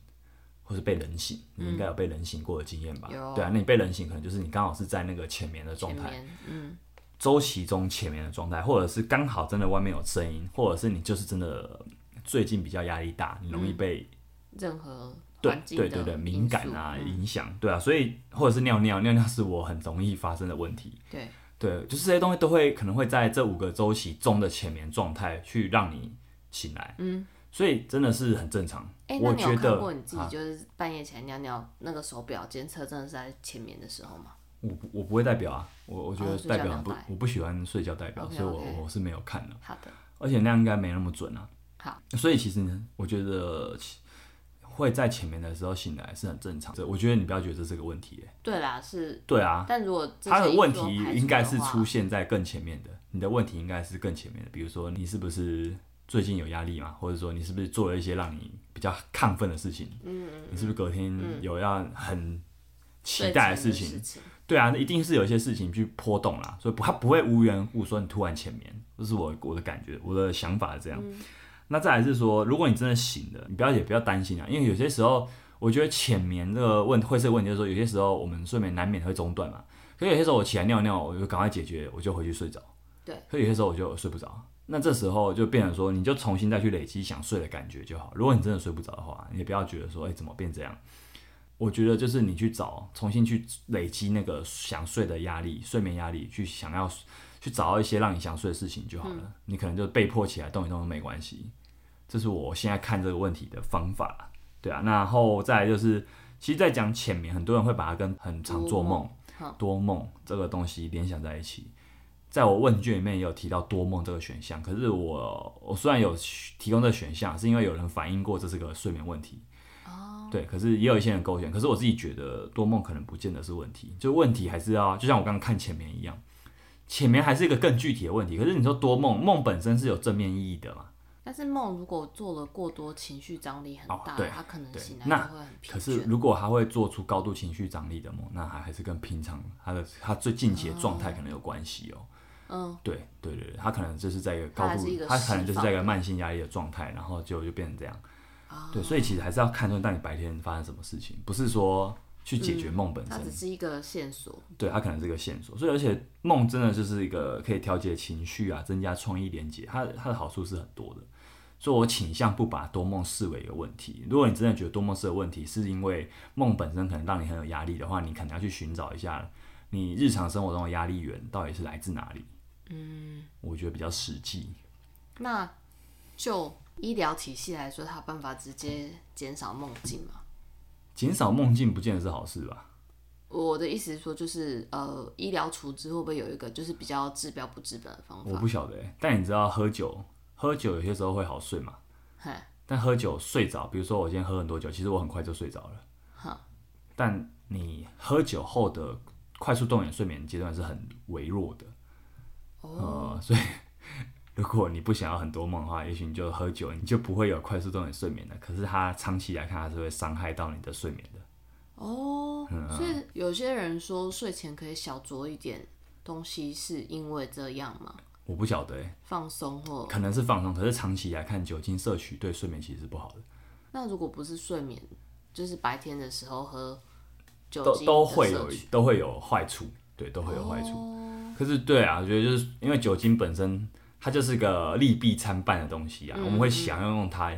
或是被冷醒。你应该有被冷醒过的经验吧？
嗯有
对啊，那你被冷醒可能就是你刚好是在那个浅眠的状
前
态，
面，嗯，
周期中浅眠的状态，或者是刚好真的外面有声音，或者是你就是真的最近比较压力大，你容易被、
任何
对
嗯环境的
对对对敏
因
感
素
啊
嗯
影响，对啊，所以或者是尿尿，尿尿是我很容易发生的问题。
对，
对，就是这些东西都会可能会在这五个周期中的浅眠状态去让你醒来，
嗯，
所以真的是很正常。
哎、那
我
你有
觉
看
得
过你自己
啊
就是半夜起来尿尿，那个手表监测真的是在前面的时候吗？
我不我不会代表啊，我我觉
哦
得
睡觉
代表
没有
不
带，
我不喜欢睡觉代表，
OK，
所以我
OK
我是没有看的，
好的，
而且那样应该没那么准啊。
好，
所以其实呢，我觉得其会在前面的时候醒来是很正常的，我觉得你不要觉得这是个问题耶、
对啦，是，
对啊，
但如果这
他
些
的
因
问
素
题
排除
应该
的
是
话
出现在更前面的，你的问题应该是更前面的，比如说你是不是最近有压力嘛，或者说你是不是做了一些让你比较亢奋的事情，嗯，你是不是隔天有要很期
最
待的
前
事
的
情
事，情，
对啊，一定是有一些事情去波动啦，所以不他不会无缘无故说你突然前面，这是我我的感觉，我的想法是这样。那再来是说，如果你真的醒了，你不要也不要担心啊，因为有些时候我觉得浅眠这个问会是个问题，就是说有些时候我们睡眠难免会中断嘛，可是有些时候我起来尿尿，我就赶快解决，我就回去睡着。
对，
可是有些时候我就睡不着，那这时候就变成说，你就重新再去累积想睡的感觉就好。如果你真的睡不着的话，你也不要觉得说，哎、怎么变这样？我觉得就是你去找，重新去累积那个想睡的压力、睡眠压力，去想要去找到一些让你想睡的事情就好了。你可能就被迫起来动一动都没关系。这是我现在看这个问题的方法，对啊。然后再来就是，其实，在讲浅眠，很多人会把它跟很常做梦
多梦、
多梦这个东西联想在一起。在我问卷里面也有提到多梦这个选项，可是我我虽然有提供这个选项，是因为有人反映过这是个睡眠问题。对，可是也有一些人勾选，可是我自己觉得多梦可能不见得是问题，就问题还是要，就像我刚刚看前面一样，前面还是一个更具体的问题。可是你说多梦，梦本身是有正面意义的嘛？
但是梦如果做了过多，情绪张力很
哦
大，
对
他可能
对
醒来
那
就会很疲
可是
倦。
如果他会做出高度情绪张力的梦，那还还是跟平常他的他最近
哦
期的状态可能有关系哦。
嗯，
对对对，对他可能就是在一个高
他还
度
是一个，
他可能
释
就是
放
在一个慢性压力的状态，然后就就变成这样。
啊
对，
哦
所以其实还是要看说到底白天发生什么事情，不是说去解决梦本身。
它只是一个线索，
对，它可能是一个线索。所以，而且梦真的就是一个可以调节情绪啊，增加创意连接，它它的好处是很多的。所以我倾向不把多梦视为一个问题。如果你真的觉得多梦是个问题，是因为梦本身可能让你很有压力的话，你可能要去寻找一下你日常生活中的压力源到底是来自哪里。嗯，我觉得比较实际。
那就医疗体系来说，它有办法直接减少梦境吗？
减少梦境不见得是好事吧？
我的意思是说，就是呃，医疗处置会不会有一个就是比较治标不治本的方
我
法？
不晓得欸、但你知道喝酒，喝酒有些时候会好睡嘛？
嘿，
但喝酒睡着，比如说我今天喝很多酒，其实我很快就睡着了。
哈，
但你喝酒后的快速动眼睡眠阶段是很微弱的，
哦，
呃，所以如果你不想要很多梦的话，也许你就喝酒，你就不会有快速动眼睡眠的。可是它长期来看，它是会伤害到你的睡眠的。嗯
哦，
啊
所以有些人说睡前可以小酌一点东西，是因为这样吗？
我不晓得、欸，
放松或
可能是放松，可是长期来看，酒精摄取对睡眠其实是不好的，
那如果不是睡眠，就是白天的时候喝酒
都
精
都
的
会
摄
有
取
都会有坏处，对，都会有坏处。
哦
可是对啊，我觉得就是因为酒精本身它就是个利弊参半的东西啊，我们会想要用它，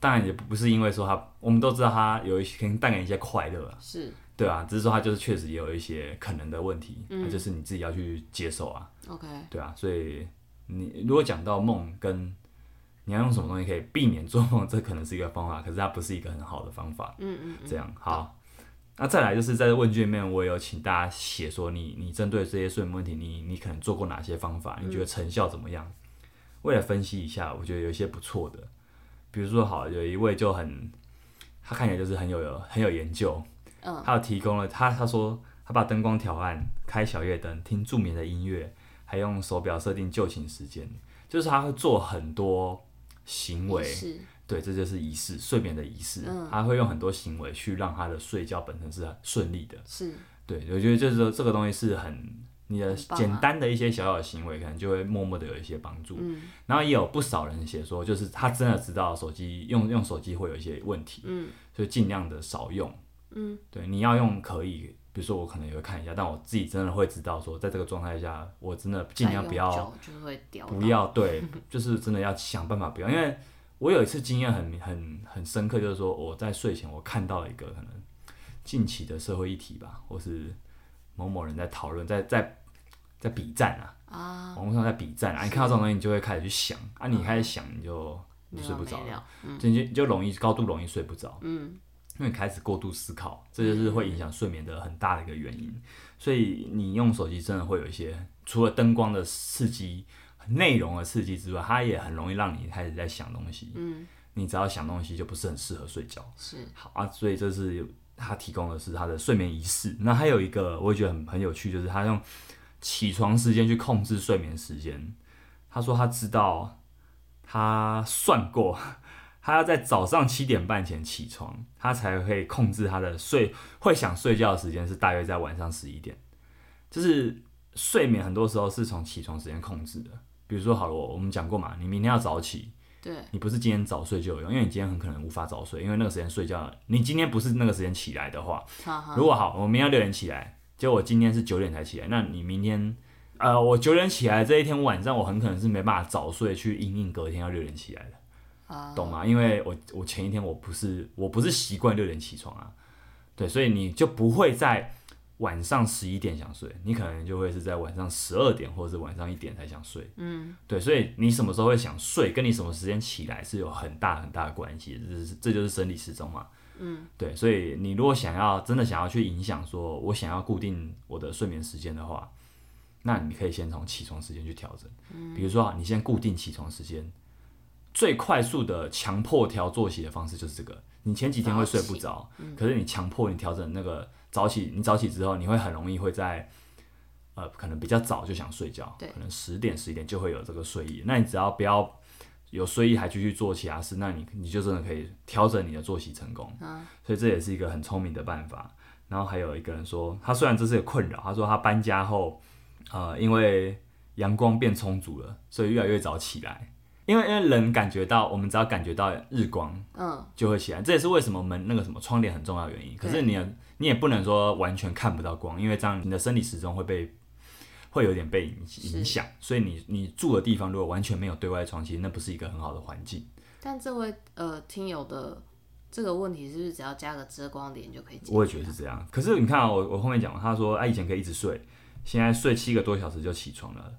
当然也不是因为说它，我们都知道它有一些可能带给你一些快乐啊，
是
对啊，只是说它就是确实也有一些可能的问题，那就是你自己要去接受啊，
OK，
对啊，所以你如果讲到梦跟你要用什么东西可以避免做梦，这可能是一个方法，可是它不是一个很好的方法。
嗯嗯，
这样好。那再来就是在问卷里面，我也有请大家写说你你针对这些睡眠问题，你你可能做过哪些方法？
嗯
你觉得成效怎么样？为了分析一下，我觉得有一些不错的，比如说好，有一位就很，他看起来就是很有很有研究，
嗯
他有提供了他他说他把灯光调暗，开小夜灯，听助眠的音乐，还用手表设定就寝时间，就是他会做很多行为，
是
对，这就是仪式，睡眠的仪式，
嗯
他会用很多行为去让他的睡觉本身是很顺利的。
是，
对，我觉得就是说这个东西是很你的
很棒啊
简单的一些小小的行为，可能就会默默的有一些帮助。
嗯
然后也有不少人写说，就是他真的知道手机用用手机会有一些问题，
嗯
所以尽量的少用。
嗯，
对，你要用可以，比如说我可能也会看一下，但我自己真的会知道说，在这个状态下，我真的尽量不
再
要
用久就会掉，
不，要
<laughs>
对，就是真的要想办法不要，因为我有一次经验很很很深刻，就是说我在睡前我看到一个可能近期的社会议题吧，或是某某人在讨论，在在在比战啊，
啊，
网络上在比战啊，你看到这种东西你就会开始去想啊，你开始想你就你
没
就睡不
完没
着了，
了，嗯
就你就你就容易高度容易睡不着。
嗯
因为你开始过度思考，这就是会影响睡眠的很大的一个原因。所以你用手机真的会有一些，除了灯光的刺激、内容的刺激之外，它也很容易让你开始在想东西。
嗯，
你只要想东西，就不是很适合睡觉。
是，
好啊，所以这是他提供的是他的睡眠仪式。那还有一个我也觉得很很有趣，就是他用起床时间去控制睡眠时间。他说他知道，他算过，他要在早上七点半前起床，他才会控制他的睡会想睡觉的时间是大约在晚上十一点。就是睡眠很多时候是从起床时间控制的。比如说好了，我我们讲过嘛，你明天要早起，
对，
你不是今天早睡就有用，因为你今天很可能无法早睡，因为那个时间睡觉，你今天不是那个时间起来的话，
哈哈，
如果好，我明天六点起来，结果我今天是九点才起来，那你明天，呃，我九点起来这一天晚上，我很可能是没办法早睡去应应隔天要六点起来的，
啊，
懂吗？因为我我前一天我不是我不是习惯六点起床啊，对，所以你就不会在晚上十一点想睡，你可能就会是在晚上十二点或者是晚上一点才想睡。
嗯，
对，所以你什么时候会想睡，跟你什么时间起来是有很大很大的关系，这是这就是生理时钟嘛。嗯，对，所以你如果想要真的想要去影响，说我想要固定我的睡眠时间的话，那你可以先从起床时间去调整。嗯，比如说啊，你先固定起床时间，最快速的强迫调作息的方式就是这个。你前几天会睡不着，可是你强迫你调整那个早起，你早起之后，你会很容易会在呃，可能比较早就想睡觉，
对
可能十点十一点就会有这个睡意。那你只要不要有睡意还继续做其他事，那你你就真的可以调整你的作息成功。
嗯
所以这也是一个很聪明的办法。然后还有一个人说，他虽然这是个困扰，他说他搬家后，呃，因为阳光变充足了，所以越来越早起来。因为因为人感觉到，我们只要感觉到日光
嗯，
就会起来，这也是为什么门那个什么窗帘很重要的原因。可是
对
你也你也不能说完全看不到光，因为这样你的生理时钟会被会有点被影
是
影响。所以你你住的地方如果完全没有对外窗，其实那不是一个很好的环境。
但这位呃听友的这个问题是不是只要加个遮光帘就可以解决？
我也觉得是这样。可是你看啊、我我后面讲，他说啊，以前可以一直睡，现在睡七个多小时就起床了。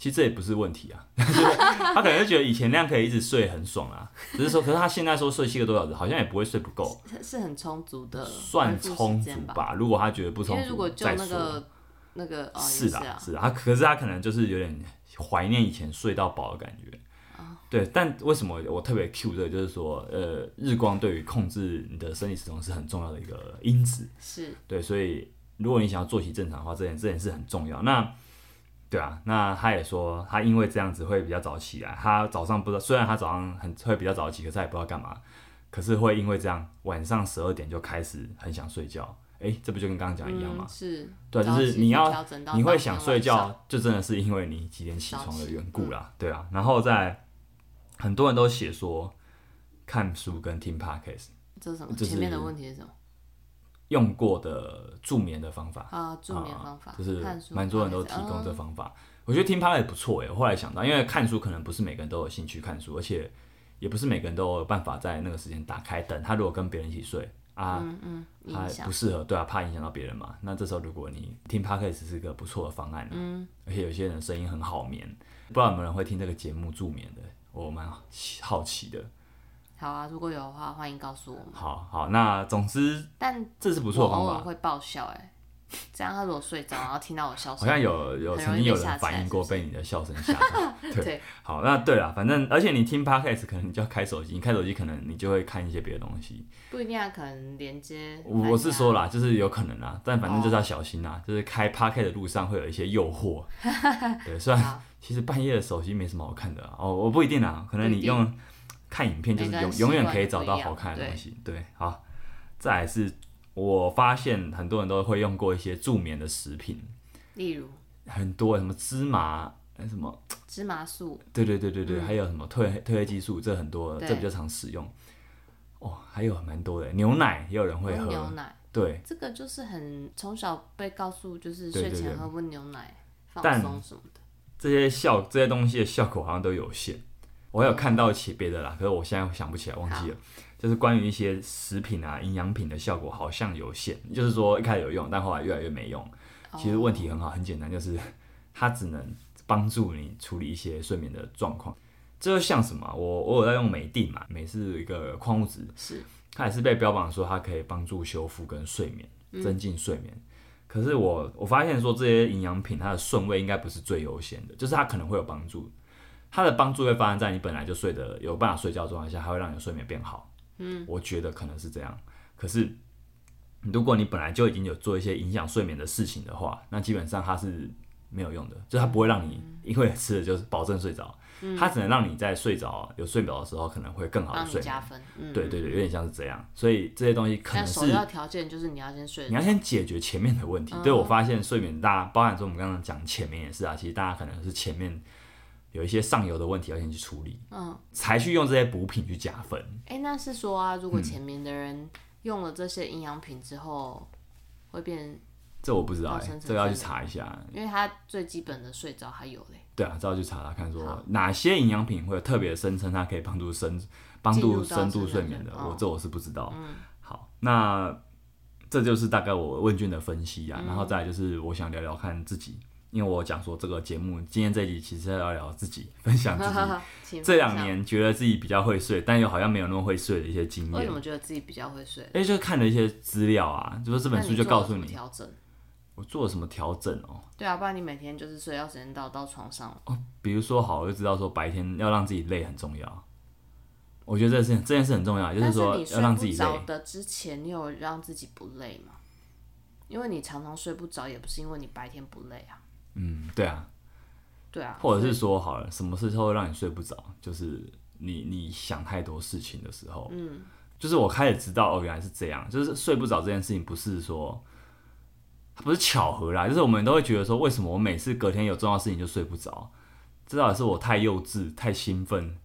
其实这也不是问题啊， <laughs> 他可能就觉得以前那样可以一直睡很爽啊，只是说，可是他现在说睡七个多小时，好像也不会睡不够，
是是很充足的
算
恢复时
充足
间吧，
吧。如果他觉得不
因
充
为如
足
果，就
再
那
说。
个那个哦，
是
的、
啦，是啦，他可是他可能就是有点怀念以前睡到饱的感觉。
哦
对，但为什么我特别 Q 这个，就是说，呃，日光对于控制你的生理时钟是很重要的一个因子。
是
对，所以如果你想要作息正常的话，这点这点是很重要。那对啊，那他也说他因为这样子会比较早起来，他早上不知道，虽然他早上很会比较早起，可是他也不知道干嘛，可是会因为这样晚上十二点就开始很想睡觉。诶，这不就跟刚刚讲的一样吗
嗯、？是，
对啊，就
早
是
起
你
去
要
调整到
你
当
会
天
想
晚
睡
上，
觉，就真的是因为你几点起床的缘故啦，对啊。然后再很多人都写说看书跟听 podcast
这是什么？
就
前面的
是
问题是什么？
用过的助眠的方法，
啊，助眠方法，
就是
看书，啊嗯
蛮多人都提供这方法。我觉得听 podcast 不错欸诶，我后来想到，因为看书可能不是每个人都有兴趣看书，而且也不是每个人都有办法在那个时间打开灯。他如果跟别人一起睡啊，
嗯嗯，
他
影响
不适合，对啊，怕影响到别人嘛。那这时候如果你听 podcast 是个不错的方案、啊，嗯，而且有些人声音很好眠，不知道有没有人会听这个节目助眠的，我蛮好奇的。
好啊，如果有的话，欢迎告诉我们。
好好，那总之
但
这是不
不
错的
偶
方
尔
法，
会爆笑哎、这样他如果睡着，然后听到我笑声，
好像有有
哦很容
曾经
易
有
被吓
人
起来
反映过
是不
被你的笑声吓
<laughs>
到。对
对
好，那对了，反正而且你听 podcast 可能你就要开手机，你开手机可能你就会看一些别的东西。
不一定啊，可能连接。
我我是说，啦，就是有可能啦，但反正就是
哦
要小心啦，就是开 podcast 的路上会有一些诱
<laughs>
惑。对，虽然
好
其实半夜的手机没什么好看的啊哦，我不一定啊，可能你用看影片就是
每个人
永
习惯
永远可以
都
找
不一
到
样
好看的东西。对，好，再来是我发现很多人都会用过一些助眠的食品，
例如
很多什么芝麻。呃什么？
芝麻素，
对对对对对，还有什么褪黑褪黑激素，这很多，
嗯对
这比较常使用。哦，还有蛮多的，牛奶也有人会
温
喝。
哦牛奶，
对，
这个就是很从小被告诉，就是
对
睡
对
前
对
喝温牛奶放
但
松什么的。
这些效这些东西的效果好像都有限。我有看到其别的啦，可是我现在想不起来，忘记了。就是关于一些食品啊、营养品的效果好像有限，就是说一开始有用，但后来越来越没用。
哦
其实问题很好，很简单，就是 <laughs> 它只能帮助你处理一些睡眠的状况。这就像什么啊？我我有在用镁定嘛，镁是一个矿物质，
是
它也是被标榜说它可以帮助修复跟睡眠，
嗯
增进睡眠。可是我我发现说这些营养品它的顺位应该不是最优先的，就是它可能会有帮助，它的帮助会发生在你本来就睡得有办法睡觉的状态下，它会让你的睡眠变好。嗯，我觉得可能是这样。可是如果你本来就已经有做一些影响睡眠的事情的话，那基本上它是没有用的，就它不会让你
嗯
因为吃了就是保证睡着，它只能让你在睡着有睡着的时候可能会更好的
帮
睡
嗯你
眠。
加分，嗯，
对对对，有点像是这样，所以这些东西可能
但
是
首要哦条件就是你要先睡
你。要先解决前面的问题。对我发现睡眠大家，包含说我们刚刚讲前面也是啊，其实大家可能是前面有一些上游的问题要先去处理，
嗯，
才去用这些补品去加分。
哎、那是说啊，
嗯
如果前面的人用了这些营养品之后，会变，
这我不知道
哦
哎、
生成
这个要去
正
查一下。
因为他最基本的睡着还有嘞，
对啊，这要去查查看，说
好
哪些营养品会有特别声称它可以帮助深帮
进
助
入到
深度
深
睡
层
眠的
睡，
我
哦
这我是不知道。好，那这就是大概我问卷的分析
嗯
啊，然后再来就是我想聊聊看自己，因为我讲说这个节目今天这一集其实要聊自己，分享
<laughs>
自己
请
这
分
两
享
年觉得自己比较会睡，但又好像没有那么会睡的一些经
为
验
什。么觉得自己比较会睡？
哎，就看了一些资料啊，就是这
这
本书就告诉你
调整。
我做了什么调整哦。
对啊，不然你每天就是睡觉时间到到床上，
比如说，好，我就知道说白天要让自己累很重要。我觉得这件这件事很重要，就
但
说
你
要让自
睡
己
不
累。
着的之前，你有让自己不累吗？因为你常常睡不着，也不是因为你白天不累啊。
嗯，对啊，
对啊，
或者是说好了，什么时候会让你睡不着？就是你你想太多事情的时候，嗯，就是我开始知道哦，原来是这样，就是睡不着这件事情不是说。它不是巧合啦，就是我们都会觉得说，为什么我每次隔天有重要事情就睡不着？这到底是我太幼稚、太兴奋，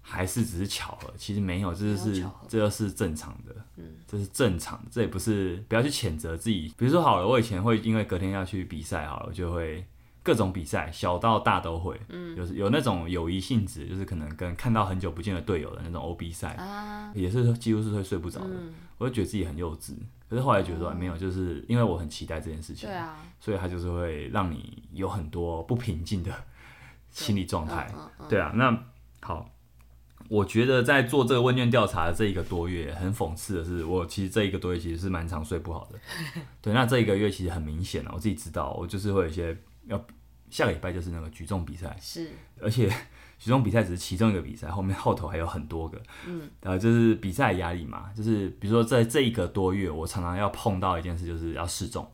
还是只是巧合？其实没有，这就
没
是
有巧合
这就是正常的，嗯，这是正常的，这也不是不要去谴责自己。比如说好了，我以前会因为隔天要去比赛，好了，我就会各种比赛，小到大都会，嗯，有有那种友谊性质，就是可能跟看到很久不见的队友的那种 OB 赛，
啊，嗯
也是几乎是会睡不着的。我就觉得自己很幼稚，可是后来觉得、哎没有，就是因为我很期待这件事情
哦对，啊，
所以它就是会让你有很多不平静的心理状态。
嗯嗯
对啊，那好，我觉得在做这个问卷调查的这一个多月，很讽刺的是，我其实这一个多月其实是蛮常睡不
<laughs>
好的。对，那这一个月其实很明显了、啊我自己知道，我就是会有一些要下个礼拜就是那个举重比赛
嗯，，是
而且 <laughs> 举重比赛只是其中一个比赛，后面后头还有很多个。嗯，呃，就是比赛压力嘛，就是比如说在这一个多月，我常常要碰到一件事，就是要试重。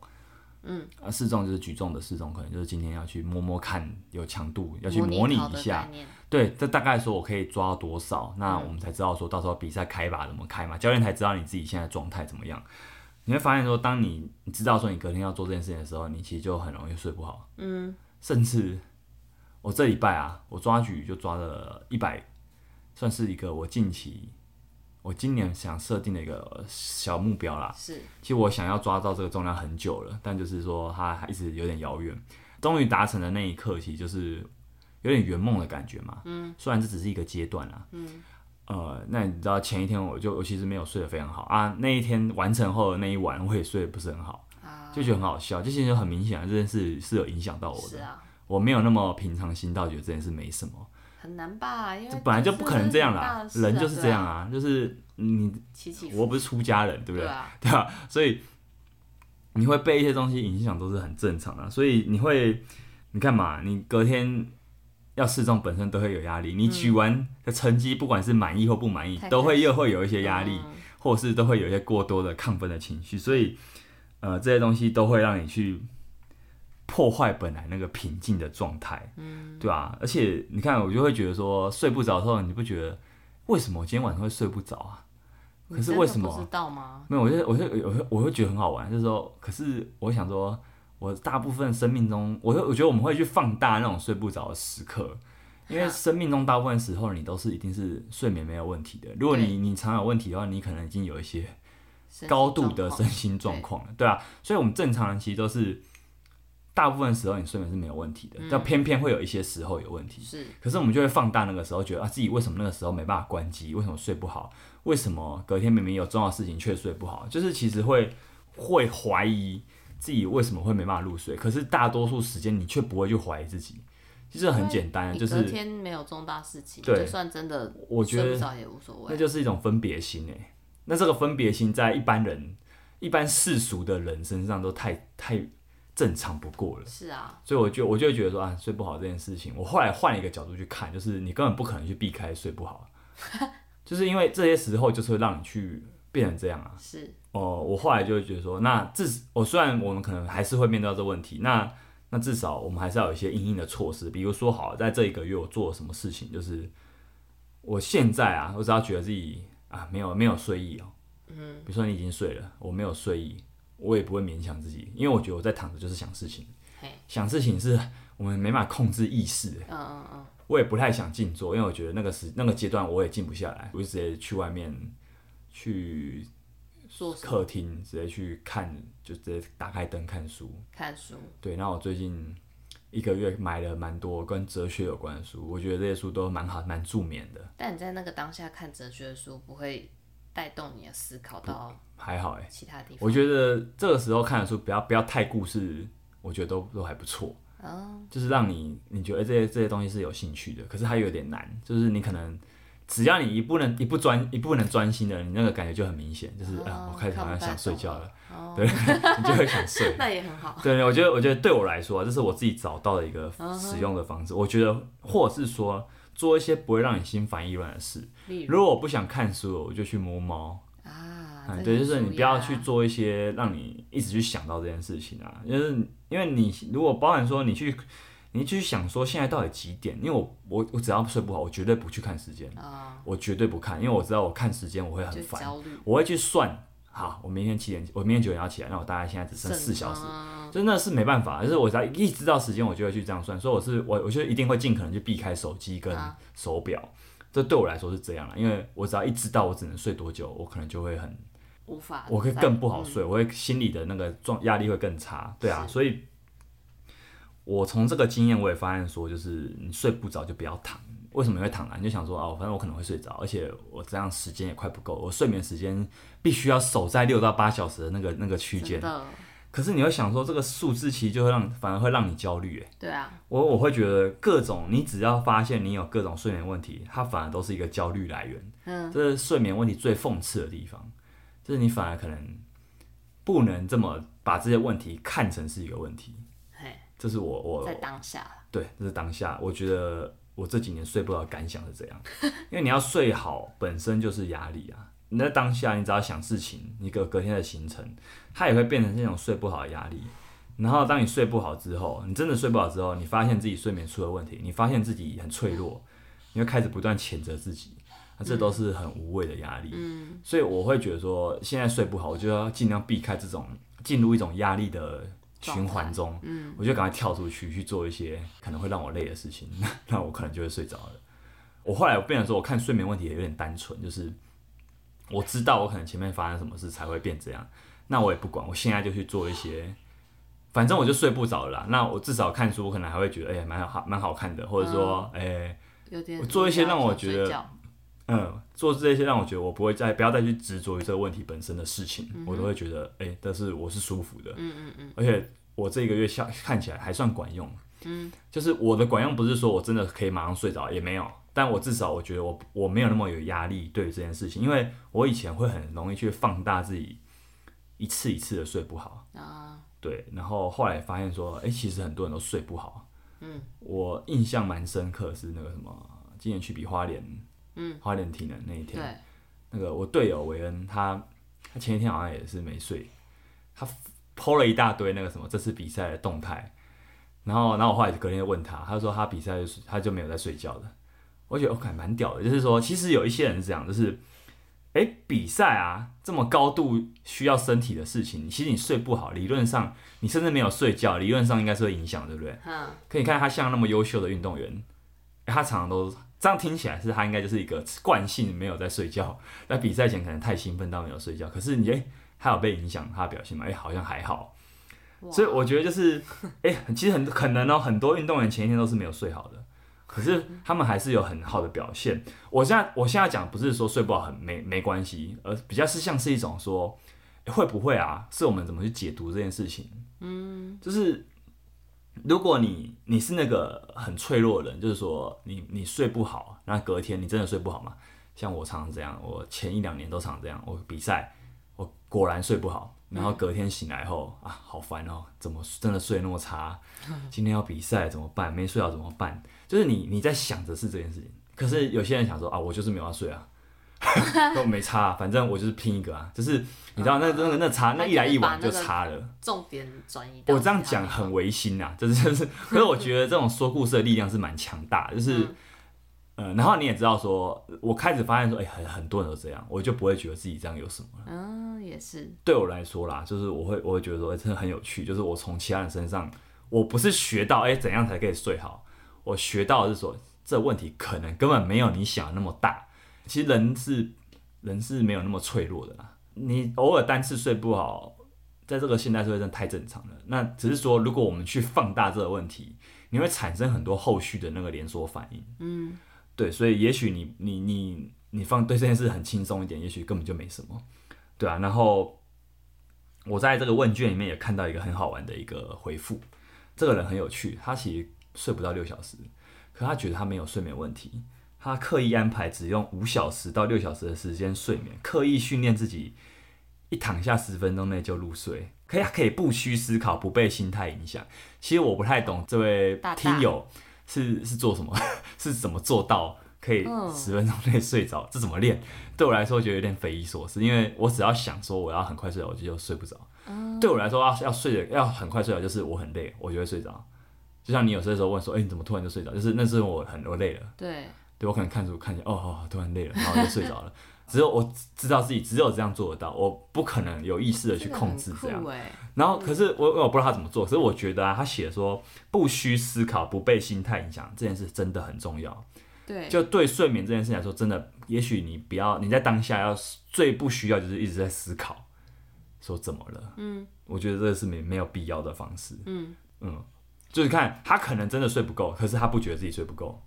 嗯，啊，试重就是举重的试重，可能就是今天要去摸摸看有强度，要去模拟
考
一
的
下
概。念，
对，这大概说我可以抓到多少，那我们才知道说到时候比赛开吧怎么开嘛，教练才知道你自己现在状态怎么样。你会发现说，当你你知道说你隔天要做这件事情的时候，你其实就很容易睡不好。嗯，甚至我这礼拜啊，我抓举就抓了一百，算是一个我近期我今年想设定的一个小目标啦。
是
其实我想要抓到这个重量很久了，但就是说它还一直有点遥远。终于达成的那一刻，其实就是有点圆梦的感觉嘛。嗯，虽然这只是一个阶段啦。嗯，呃，那你知道前一天我就我其实没有睡得非常好啊，那一天完成后的那一晚我也睡得不是很好，
啊，
就觉得很好笑。这其实就很明显啊，这件事是有影响到我
是
的。
啊，
我没有那么平常心到觉得这件事没什么，
很难吧？因为
这本来就不可能这样啦，
是很
人
大的
就
事啊
是这样，啊，就是你
对啊起起伏
我又不是出家人，对不
对
对？
啊，
对啊，所以你会被一些东西影响都是很正常的啊，所以你会，你看嘛，你隔天要试种本身都会有压力，你取完的成绩不管是满意或不满意
太，
都
开
会
心嗯
又会有一些压力，或者是都会有一些过多的亢奋的情绪，所以呃这些东西都会让你去破坏本来那个平静的状态，嗯，对啊，而且你看我就会觉得说睡不着的时候，你不觉得为什么我今天晚上会睡不着啊？
你
可是
真的
为什么
不知道吗？
没有，我就我就我会我会觉得很好玩，就是说，可是我想说，我大部分生命中，我就我觉得我们会去放大那种睡不着的时刻，因为
哈
生命中大部分时候你都是一定是睡眠没有问题的。如果你你常有问题的话，你可能已经有一些
身体
高度
状
的
况
身心状况了，对啊。所以我们正常人其实都是大部分时候你睡眠是没有问题的，但偏偏会有一些时候有问题。
是
可是我们就会放大那个时候，觉得啊自己为什么那个时候没办法关机，为什么睡不好，为什么隔天明明有重要的事情却睡不好，就是其实会会怀疑自己为什么会没办法入睡。可是大多数时间你却不会去怀疑自己，其实很简单的，
你
哎就
隔
是
天没有重大事情，
对
就算真的
我觉
睡不
得
着也无所
那
谓。
就是一种分别心诶、那这个分别心在一般人、一般世俗的人身上都太太正常不过了。
是啊，
所以我就我就会觉得说啊，睡不好这件事情，我后来换一个角度去看，就是你根本不可能去避开睡不好，啊 <laughs> 就是因为这些时候就是会让你去变成这样啊。
是
哦，我后来就会觉得说，那至我、虽然我们可能还是会面对到这问题，那那至少我们还是要有一些应应的措施，比如说好，在这一个月我做了什么事情，就是我现在啊，我只要觉得自己啊没有没有睡意哦，嗯，比如说你已经睡了，我没有睡意，我也不会勉强自己，因为我觉得我在躺着就是想事情
嘿，
想事情是我们没办法控制意识的，
嗯嗯嗯，
我也不太想静坐，因为我觉得那个时那个阶段我也静不下来，我就直接去外面去
做什么
客厅直接去看，就直接打开灯看书。
看书，
对，然后我最近一个月买了蛮多跟哲学有关的书，我觉得这些书都蛮好，蛮助眠的，
但你在那个当下看哲学的书，不会带动你的思考到
还好哎、
其他地方。
我觉得这个时候看的书不要不要太故事，我觉得都都还不错。
哦
就是让你你觉得这些这些东西是有兴趣的，可是它又有点难，就是你可能。只要你一不能一不专一不能专心的，你那个感觉就很明显，就是啊、
哦
我开始好像
看不太
想睡
懂
觉
了
了，对， <laughs> 你就会想睡。
哦 <laughs> 那也很好，
对，我觉得，我觉得对我来说啊，这是我自己找到的一个
嗯
使用的方式。我觉得，或者是说做一些不会让你心烦意乱的事。
例如
如果我不想看书，我就去摸猫。
啊，
嗯，
这
对，
很
就是你
舒
不要
压啊
去做一些让你一直去想到这件事情啊，就是因为你如果包含说你去，你去想说现在到底几点？因为我我我只要睡不好，我绝对不去看时间，
啊，
我绝对不看，因为我知道我看时间我会
就
很烦，
焦虑，
我会去算。好，我明天七点，我明天九点要起来，那我大概现在只剩四小时，
时，
真的是没办法，就是我只要一知道时间，我就会去这样算，所以我是我，我就一定会尽可能去避开手机跟
啊
手表，这对我来说是这样了，因为我只要一知道我只能睡多久，我可能就会很，
无法再，
我会更不好睡，我会心里的那个状压力会更差，对啊，
嗯是
所以，我从这个经验我也发现说，就是你睡不着就不要躺，为什么你会躺啊？你就想说哦，反正我可能会睡着，而且我这样时间也快不够，我睡眠时间必须要守在六到八小时的那个那个区
嗯
间
真，的，
可是你会想说，这个数字其实就会让反而会让你焦虑。哎，
对啊，
我我会觉得各种你只要发现你有各种睡眠问题，它反而都是一个焦虑来源。
嗯，
这是睡眠问题最讽刺的地方，就是你反而可能不能这么把这些问题看成是一个问题。
嘿，
这是我我
在当下啦
对，这是当下。我觉得我这几年睡不着的感想是这样，因为你要睡好本身就是压力啊。你在当下，你只要想事情，你隔隔天的行程，它也会变成这种睡不好的压力。然后当你睡不好之后，你真的睡不好之后，你发现自己睡眠出了问题，你发现自己很脆弱，你会开始不断谴责自己，那这都是很无谓的压力。嗯，所以我会觉得说，现在睡不好，我就要尽量避开这种进入一种压力的循环中。嗯，我就赶快跳出去去做一些可能会让我累的事情， <laughs> 那我可能就会睡着了。我后来我变成说，我看睡眠问题也有点单纯，就是我知道我可能前面发生什么事才会变这样，那我也不管，我现在就去做一些，反正我就睡不着了啦。那我至少看书，我可能还会觉得哎呀蛮、好蛮好看的，或者说哎、
有点
我做一些
无聊
让我
想
觉
睡
得
觉
嗯，做这些让我觉得我不会再不要再去执着于这个问题本身的事情，我都会觉得哎、但是我是舒服的，嗯嗯嗯，而且我这一个月下看起来还算管用，嗯，就是我的管用不是说我真的可以马上睡着，也没有。但我至少我觉得我我没有那么有压力对于这件事情，因为我以前会很容易去放大自己一次一次的睡不好。
啊，
对，然后后来发现说，哎、其实很多人都睡不好。嗯，我印象蛮深刻是那个什么，今年去比花莲，嗯，花莲体能那一天，
对，
那个我队友韦恩他，他前一天好像也是没睡，他 PO 了一大堆那个什么这次比赛的动态，然后然后我后来隔天就问他，他说他比赛就是他就没有在睡觉的，我觉得我感蛮屌的，就是说其实有一些人是这样，就是哎、诶比赛啊这么高度需要身体的事情，其实你睡不好，理论上你甚至没有睡觉，理论上应该是会影响，对不对？
嗯，
可以看他像那么优秀的运动员，他常常都这样听起来是他应该就是一个惯性没有在睡觉，在比赛前可能太兴奋到没有睡觉，可是你哎、诶他有被影响他的表现吗？哎、好像还好。
哇
所以我觉得就是，哎、其实很可能哦、很多运动员前一天都是没有睡好的，可是他们还是有很好的表现。我现在我现在讲不是说睡不好很没没关系，而比较是像是一种说、诶会不会啊，是我们怎么去解读这件事情。嗯，就是如果你你是那个很脆弱的人，就是说你你睡不好，那隔天你真的睡不好嘛？像我常常这样，我前一两年都常这样，我比赛我果然睡不好，然后隔天醒来后、啊，好烦哦，怎么真的睡那么差？今天要比赛怎么办？没睡好怎么办？就是你你在想着是这件事情，可是有些人想说啊，我就是没有要睡啊。 <laughs> 都没差、啊反正我就是拼一个啊！就是你知道那那个那差那一来一往就差了。
重点转移到
我这样
其他
讲
地
很违心啊，就是就是，可是我觉得这种说故事的力量是蛮强大的，就是，呃，然后你也知道说，我开始发现说，哎、很很多人都这样，我就不会觉得自己这样有什么。
方，嗯，也是，
对我来说啦，就是我会我会觉得说，哎、真的很有趣，就是我从其他人身上，我不是学到哎、怎样才可以睡好，我学到的是说，这问题可能根本没有你想的那么大。其实人是人是没有那么脆弱的啦，你偶尔单次睡不好，在这个现代社会真的太正常了。那只是说，如果我们去放大这个问题，你会产生很多后续的那个连锁反应。嗯，对，所以也许你你你你放对这件事很轻松一点，也许根本就没什么，对啊。然后我在这个问卷里面也看到一个很好玩的一个回复，这个人很有趣，他其实睡不到六小时，可他觉得他没有睡眠问题。他刻意安排只用五小时到六小时的时间睡眠，刻意训练自己一躺下十分钟内就入睡，可以可以不需思考，不被心态影响。其实我不太懂这位
大大
听友是是做什么，是怎么做到可以
嗯
十分钟内睡着， <laughs> 这怎么练？对我来说觉得有点匪夷所思，因为我只要想说我要很快睡着，我就就睡不着。对我来说要要睡的要很快睡着，就是我很累，我就会睡着。就像你有些时候问说，哎、你怎么突然就睡着？就是那是我很我累了。
对，
对我可能看书看一下，哦，好好突然累了，然后就睡着了。只有我知道自己只有这样做得到，我不可能有意识的去控制这样。
哎，
然后，可是我我不知道他怎么做，可是我觉得啊，他写说不需思考，不被心态影响，这件事真的很重要。
对，
就对睡眠这件事来说，真的，也许你不要你在当下要最不需要就是一直在思考，说怎么了？嗯，我觉得这是没没有必要的方式。
嗯
嗯，就是看他可能真的睡不够，可是他不觉得自己睡不够。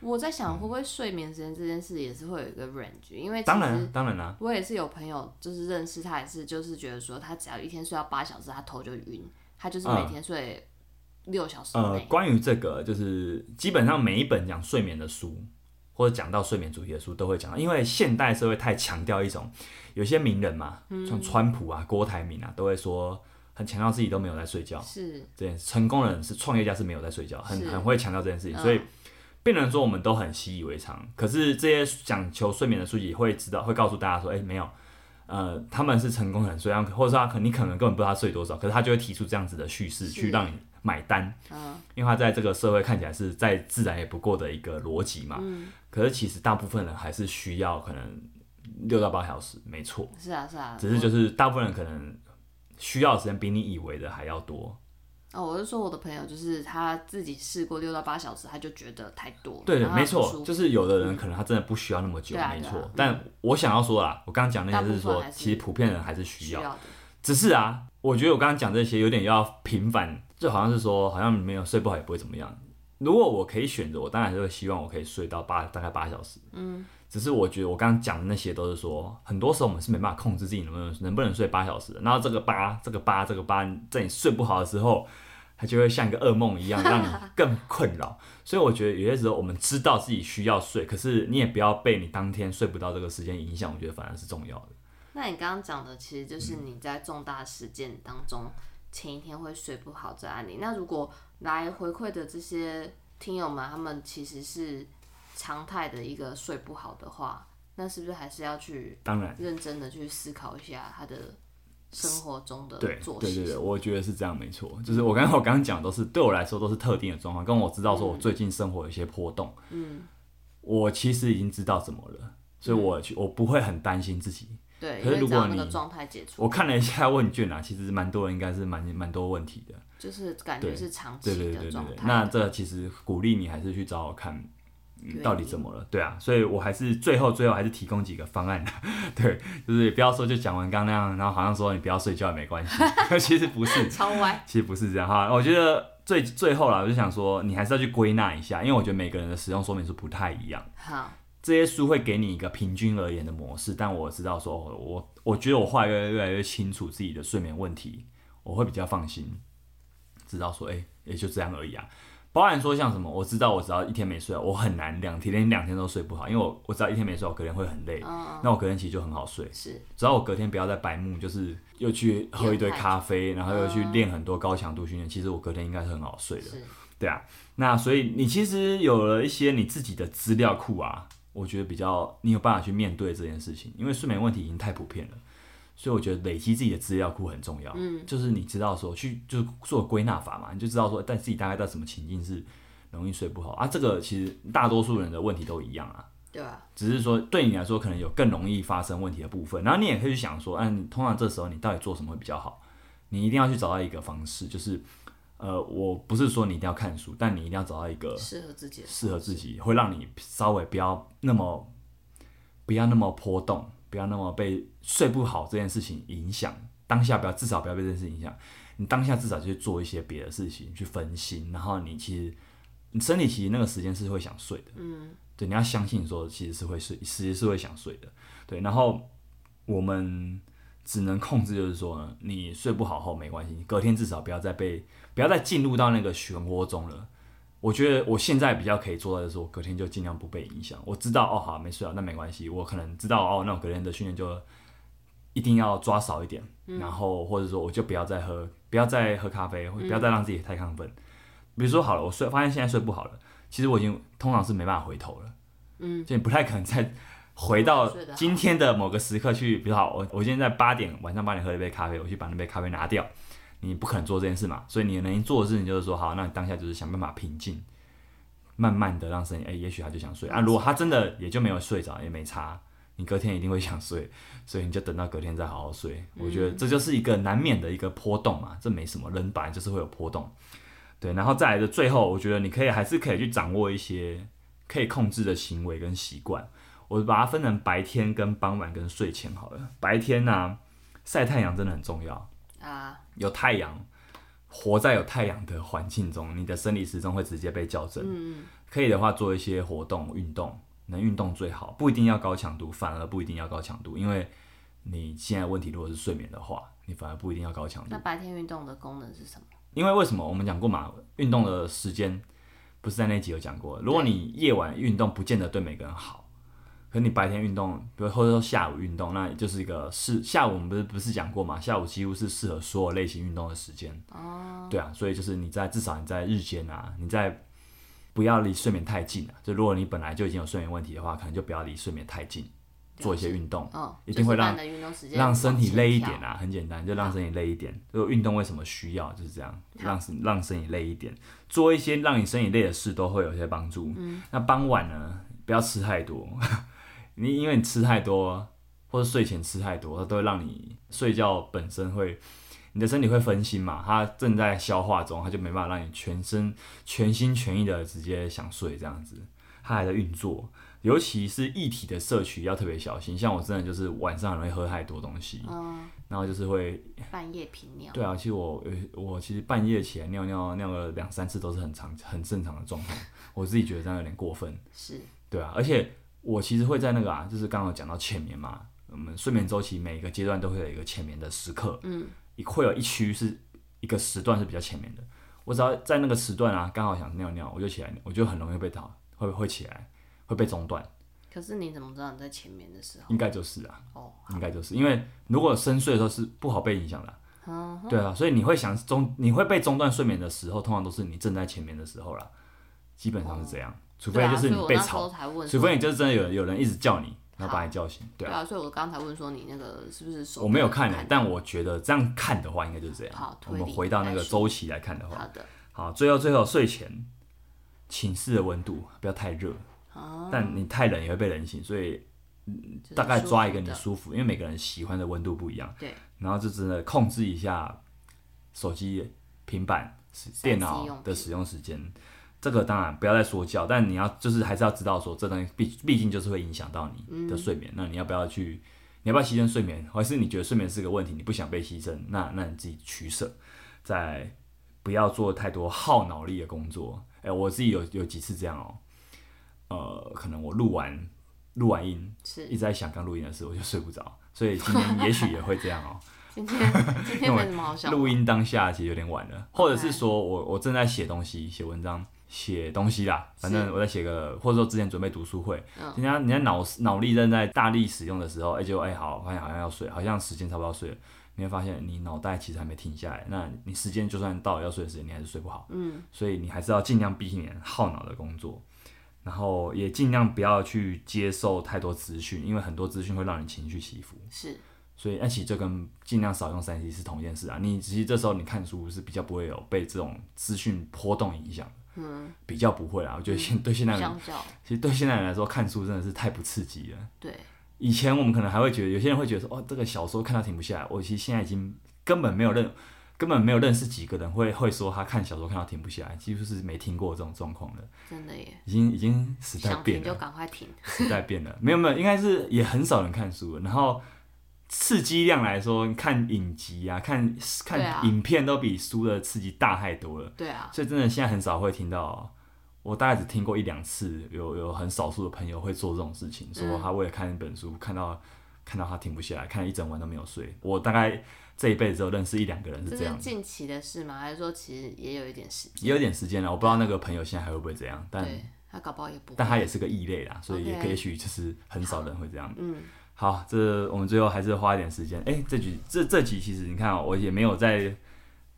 我在
嗯
想会不会睡眠时间这件事也是会有一个 range，因为其
当
实
然，啊当然啦、
我也是有朋友，就是认识他也是，就是觉得说他只要一天睡到八小时，他头就晕，他就是每
嗯
天睡六小时
呃，
内。
关于这个，就是基本上每一本讲睡眠的书，或者讲到睡眠主题的书，都会讲到，因为现代社会太强调一种，有些名人嘛，
嗯
像川普啊、郭台铭啊，都会说很强调自己都没有在睡觉。
是，
这件事成功的人是创业家是没有在睡觉，很
是
很会强调这件事情，
嗯
所以变成说我们都很习以为常。可是这些讲求睡眠的书籍会知道，会告诉大家说，哎、没有，呃，他们是成功人，所以他们或者说他可你可能根本不知道他睡多少，可是他就会提出这样子的叙事
是
去让你买单，
嗯，
因为他在这个社会看起来是再自然也不过的一个逻辑嘛。
嗯
可是其实大部分人还是需要可能六到八小时，没错。
是啊，是啊。
只是就是大部分人可能需要的时间比你以为的还要多。
哦，我是说我的朋友，就是他自己试过六到八小时，他就觉得太多了，
对
然
的，
后
没
他不舒
错，
服
就是有的人可能他真的不需要那么久，
对啊
没
对啊
错。
嗯
但我想要说啦，我刚刚讲那些就是
大部
说
分还，是
其实普遍人还是需
需
要，
要的，
只是啊，我觉得我刚刚讲这些有点要频繁，就好像是说，好像没有睡不好也不会怎么样。如果我可以选择，我当然还是会希望我可以睡到八，大概八小时。嗯，只是我觉得我刚刚讲的那些都是说，很多时候我们是没办法控制自己能不能能不能睡八小时的。然后这个八，这个八，这个八，在你睡不好的时候，它就会像一个噩梦一样，让你更困扰。所以我觉得有些时候我们知道自己需要睡，可是你也不要被你当天睡不到这个时间影响，我觉得反而是重要的。
那你刚刚讲的，其实就是你在重大事件当中前一天会睡不好这案例。那如果来回馈的这些听友们，他们其实是常态的一个睡不好的话，那是不是还是要去
当然，
认真的去思考一下他的生活中的
对
作
对
息？
对对，我觉得是这样，没错。就是我刚刚我刚刚讲的都是对我来说都是特定的状况，跟我知道
嗯
说我最近生活有一些波动，嗯，我其实已经知道怎么了，所以我
嗯
去我不会很担心自己
对
可是
因为
如
只
果
要那个
你
状态解除，
我看了一下问卷啊，其实蛮多人应该是蛮蛮多问题的。
就是感觉
对
是长
对
期
对
的
对对
状
对，
态。
那这其实鼓励你还是去找我看，
原
嗯
因
到底怎么了？对啊，所以我还是最后最后还是提供几个方案的。啊 <laughs> 对，就是不要说就讲完刚那样，然后好像说你不要睡觉也没关系， <laughs> 其实不是，
超
<laughs>
歪，
其实不是这样哈。我觉得最最后啦，我就想说你还是要去归纳一下，因为我觉得每个人的使用说明书不太一样。
好，
这些书会给你一个平均而言的模式，但我知道说，哦我我觉得我后来越来越清楚自己的睡眠问题，我会比较放心，知道说，哎、也就这样而已啊。包含说像什么，我知道我只要一天没睡，我很难两天连两天都睡不好，因为我我只要一天没睡，我隔天会很累，那我隔天其实就很好睡，
是
只要我隔天不要再白目，就是又去喝一堆
有害
咖啡，然后又去练很多高强度训练，其实我隔天应该是很好睡的。
是，
对啊，那所以你其实有了一些你自己的资料库啊，我觉得比较你有办法去面对这件事情，因为睡眠问题已经太普遍了，所以我觉得累积自己的资料库很重要。嗯，就是你知道说去就是做归纳法嘛，你就知道说但自己大概在什么情境是容易睡不好啊。这个其实大多数人的问题都一样啊，
对吧？
只是说对你来说可能有更容易发生问题的部分，然后你也可以去想说，嗯、你通常这时候你到底做什么会比较好？你一定要去找到一个方式，就是呃，我不是说你一定要看书，但你一定要找到一个
适合自己的，
呃适合自己，会让你稍微不要那么不要那么波动，不要那么被睡不好这件事情影响。当下不要，至少不要被这件事影响。你当下至少就去做一些别的事情，去分心，然后你其实你身体其实那个时间是会想睡的。嗯，对，你要相信说其实是会睡，其实是会想睡的。对，然后我们只能控制就是说呢，你睡不好后没关系，你隔天至少不要再被不要再进入到那个漩涡中了。我觉得我现在比较可以做到的是，我隔天就尽量不被影响。我知道哦，好没睡好，那没关系。我可能知道哦，那我隔天的训练就一定要抓少一点，然后或者说我就不要再喝，不要再喝咖啡，或不要再让自己太亢奋。比如说好了，我睡发现现在睡不好了，其实我已经通常是没办法回头了，嗯，就你不太可能再回到
睡得好
今天的某个时刻去。比如说好，我我今天在八点晚上八点喝了一杯咖啡，我去把那杯咖啡拿掉。你不可能做这件事嘛，所以你能做的事情就是说，好，那你当下就是想办法平静，慢慢的让身体，哎、也许他就想睡啊。如果他真的也就没有睡着，也没差，你隔天一定会想睡，所以你就等到隔天再好好睡。我觉得这就是一个难免的一个波动嘛，这没什么，人本来就是会有波动。对，然后再来的最后，我觉得你可以还是可以去掌握一些可以控制的行为跟习惯。我把它分成白天、跟傍晚、跟睡前好了。白天呢、晒太阳真的很重要。
啊，
有太阳，活在有太阳的环境中，你的生理时钟会直接被校正。可以的话，做一些活动、运动，能运动最好，不一定要高强度，反而不一定要高强度，因为你现在问题如果是睡眠的话，你反而不一定要高强度
那。白天运动的功能是什么？
因为为什么我们讲过嘛，运动的时间不是在那集有讲过，如果你夜晚运动不见得对每个人好，可你白天运动，比如或者说下午运动，那也就是一个适下午我们不是不是讲过嘛，下午几乎是适合所有类型运动的时间。哦，对啊，所以就是你在至少你在日间啊，你在不要离睡眠太近啊，就如果你本来就已经有睡眠问题的话，可能就不要离睡眠太近，做一些运动。
嗯，
一定会
就是
让
把你的运动时间
让身体累一点
往前调。
啊，很简单，就让身体累一点。就运动为什么需要，就是这样，让让身体累一点，做一些让你身体累的事都会有些帮助。
嗯
那傍晚呢，不要吃太多， <laughs> 你因为你吃太多或者睡前吃太多，它都会让你睡觉本身会。你的身体会分心嘛？它正在消化中，它就没办法让你全身全心全意的直接想睡这样子，它还在运作。尤其是液体的摄取要特别小心，像我真的就是晚上很容易喝太多东西，
嗯
然后就是会，
半夜频尿，
对啊，其实我我其实半夜起来尿尿尿个两三次都是很常很正常的状况，我自己觉得这样有点过分，
是
对啊，而且我其实会在那个啊，就是刚刚有讲到浅眠嘛，我们睡眠周期每个阶段都会有一个浅眠的时刻，嗯，会有一区是一个时段是比较浅眠的，我只要在那个
哦
时段啊，刚好想尿尿，我就起来，我就很容易被打，会会起来，会被中断，
可是你怎么知道你在前面的时候？
应该就是啊，
哦，
应该就是因为如果深睡的时候是不好被影响的啊、
嗯哼，
对啊，所以你会想中，你会被中断睡眠的时候，通常都是你正在前面的时候啦，基本上是这样，除非
对啊，
就是你
所以我
被
那时
吵，
候才问说，
除非你就是真的有有人一直叫你，然后把你叫醒，对
对
啊，
啊，所以我刚才问说你那个是不是手？
我没有看欸呢、但我觉得这样看的话，应该就是这样。
好
我
推理
们回到那
来
个
说
周期来看的话，
好的，
好，最后最后睡前，寝室的温度不要太热，
哦，
但你太冷也会被冷醒，所以
就是
大概抓一个
舒服
你
的
舒服，因为每个人喜欢的温度不一样。
对，
然后就真的控制一下手机、平板、使
三 C
电脑
用
的
品
使用时间。这个当然不要再说教，但你要就是还是要知道说，这东西毕毕竟就是会影响到
嗯
你的睡眠。那你要不要去？你要不要牺牲睡眠？还是你觉得睡眠是个问题，你不想被牺牲？那那你自己取舍，在不要做太多耗脑力的工作。哎、我自己有有几次这样哦、呃，可能我录完录完音，一
是
直在想刚录音的事，我就睡不着，所以今天也许也会这样哦、
今天今天没什么好哦笑的，
录音当下其实有点晚了，或者是说
哎
我我正在写东西、写文章、写东西啦，反正
是
我在写个，或者说之前准备读书会，
嗯
人家人家脑脑力正在大力使用的时候，哎、就哎、好，发现好像要睡，好像时间差不多要睡了，你会发现你脑袋其实还没停下来，那你时间就算到了要睡的时间，你还是睡不好，
嗯，
所以你还是要尽量避免 <laughs> 耗脑的工作。然后也尽量不要去接受太多资讯，因为很多资讯会让你情绪起伏。
是
所以，那其实就跟尽量少用三 C 是同一件事啊。你其实这时候你看书是比较不会有被这种资讯波动影响，嗯，比较不会啦。我觉得现对现代人，
相嗯较
其实对现代人来说，看书真的是太不刺激了。
对
以前我们可能还会觉得，有些人会觉得说，哦，这个小说看到停不下来。我其实现在已经根本没有认，根本没有认识几个人会会说他看小说看到停不下来，几乎是没听过这种状况了。
真的耶，
已经已经时代
想
变
停
了，
就赶快停，
时代变了，没有没有，应该是也很少人看书了。然后刺激量来说，你看影集啊，看
对啊
看影片都比书的刺激大太多了。
对啊，
所以真的现在很少会听到，我大概只听过一两次，有有很少数的朋友会做这种事情，说
嗯
他为了看一本书，看到看到他停不下来，看了一整晚都没有睡。我大概这一辈子只有认识一两个人是
这
这
是
样的，
近期的事吗？还是说其实也有一点时间？
也有点时间了，我不知道那个朋友现在还会不会这样，但
对，他搞不好也不
但
会。
他也是个异类啦，所以也
OK
也许就是很少人会这样。
嗯，
好，这我们最后还是花一点时间。哎、这局这这集其实你看、哦，我也没有在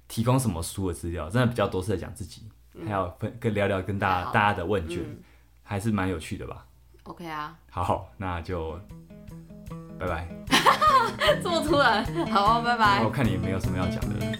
提供什么书的资料，真的比较多是在讲自己，还有分跟聊聊跟大
嗯好
家大家的问卷，
嗯
还是蛮有趣的吧。
OK 啊， <laughs>
好，那就拜拜。哦
这么突然，好，拜拜
我。看你也没有什么要讲的。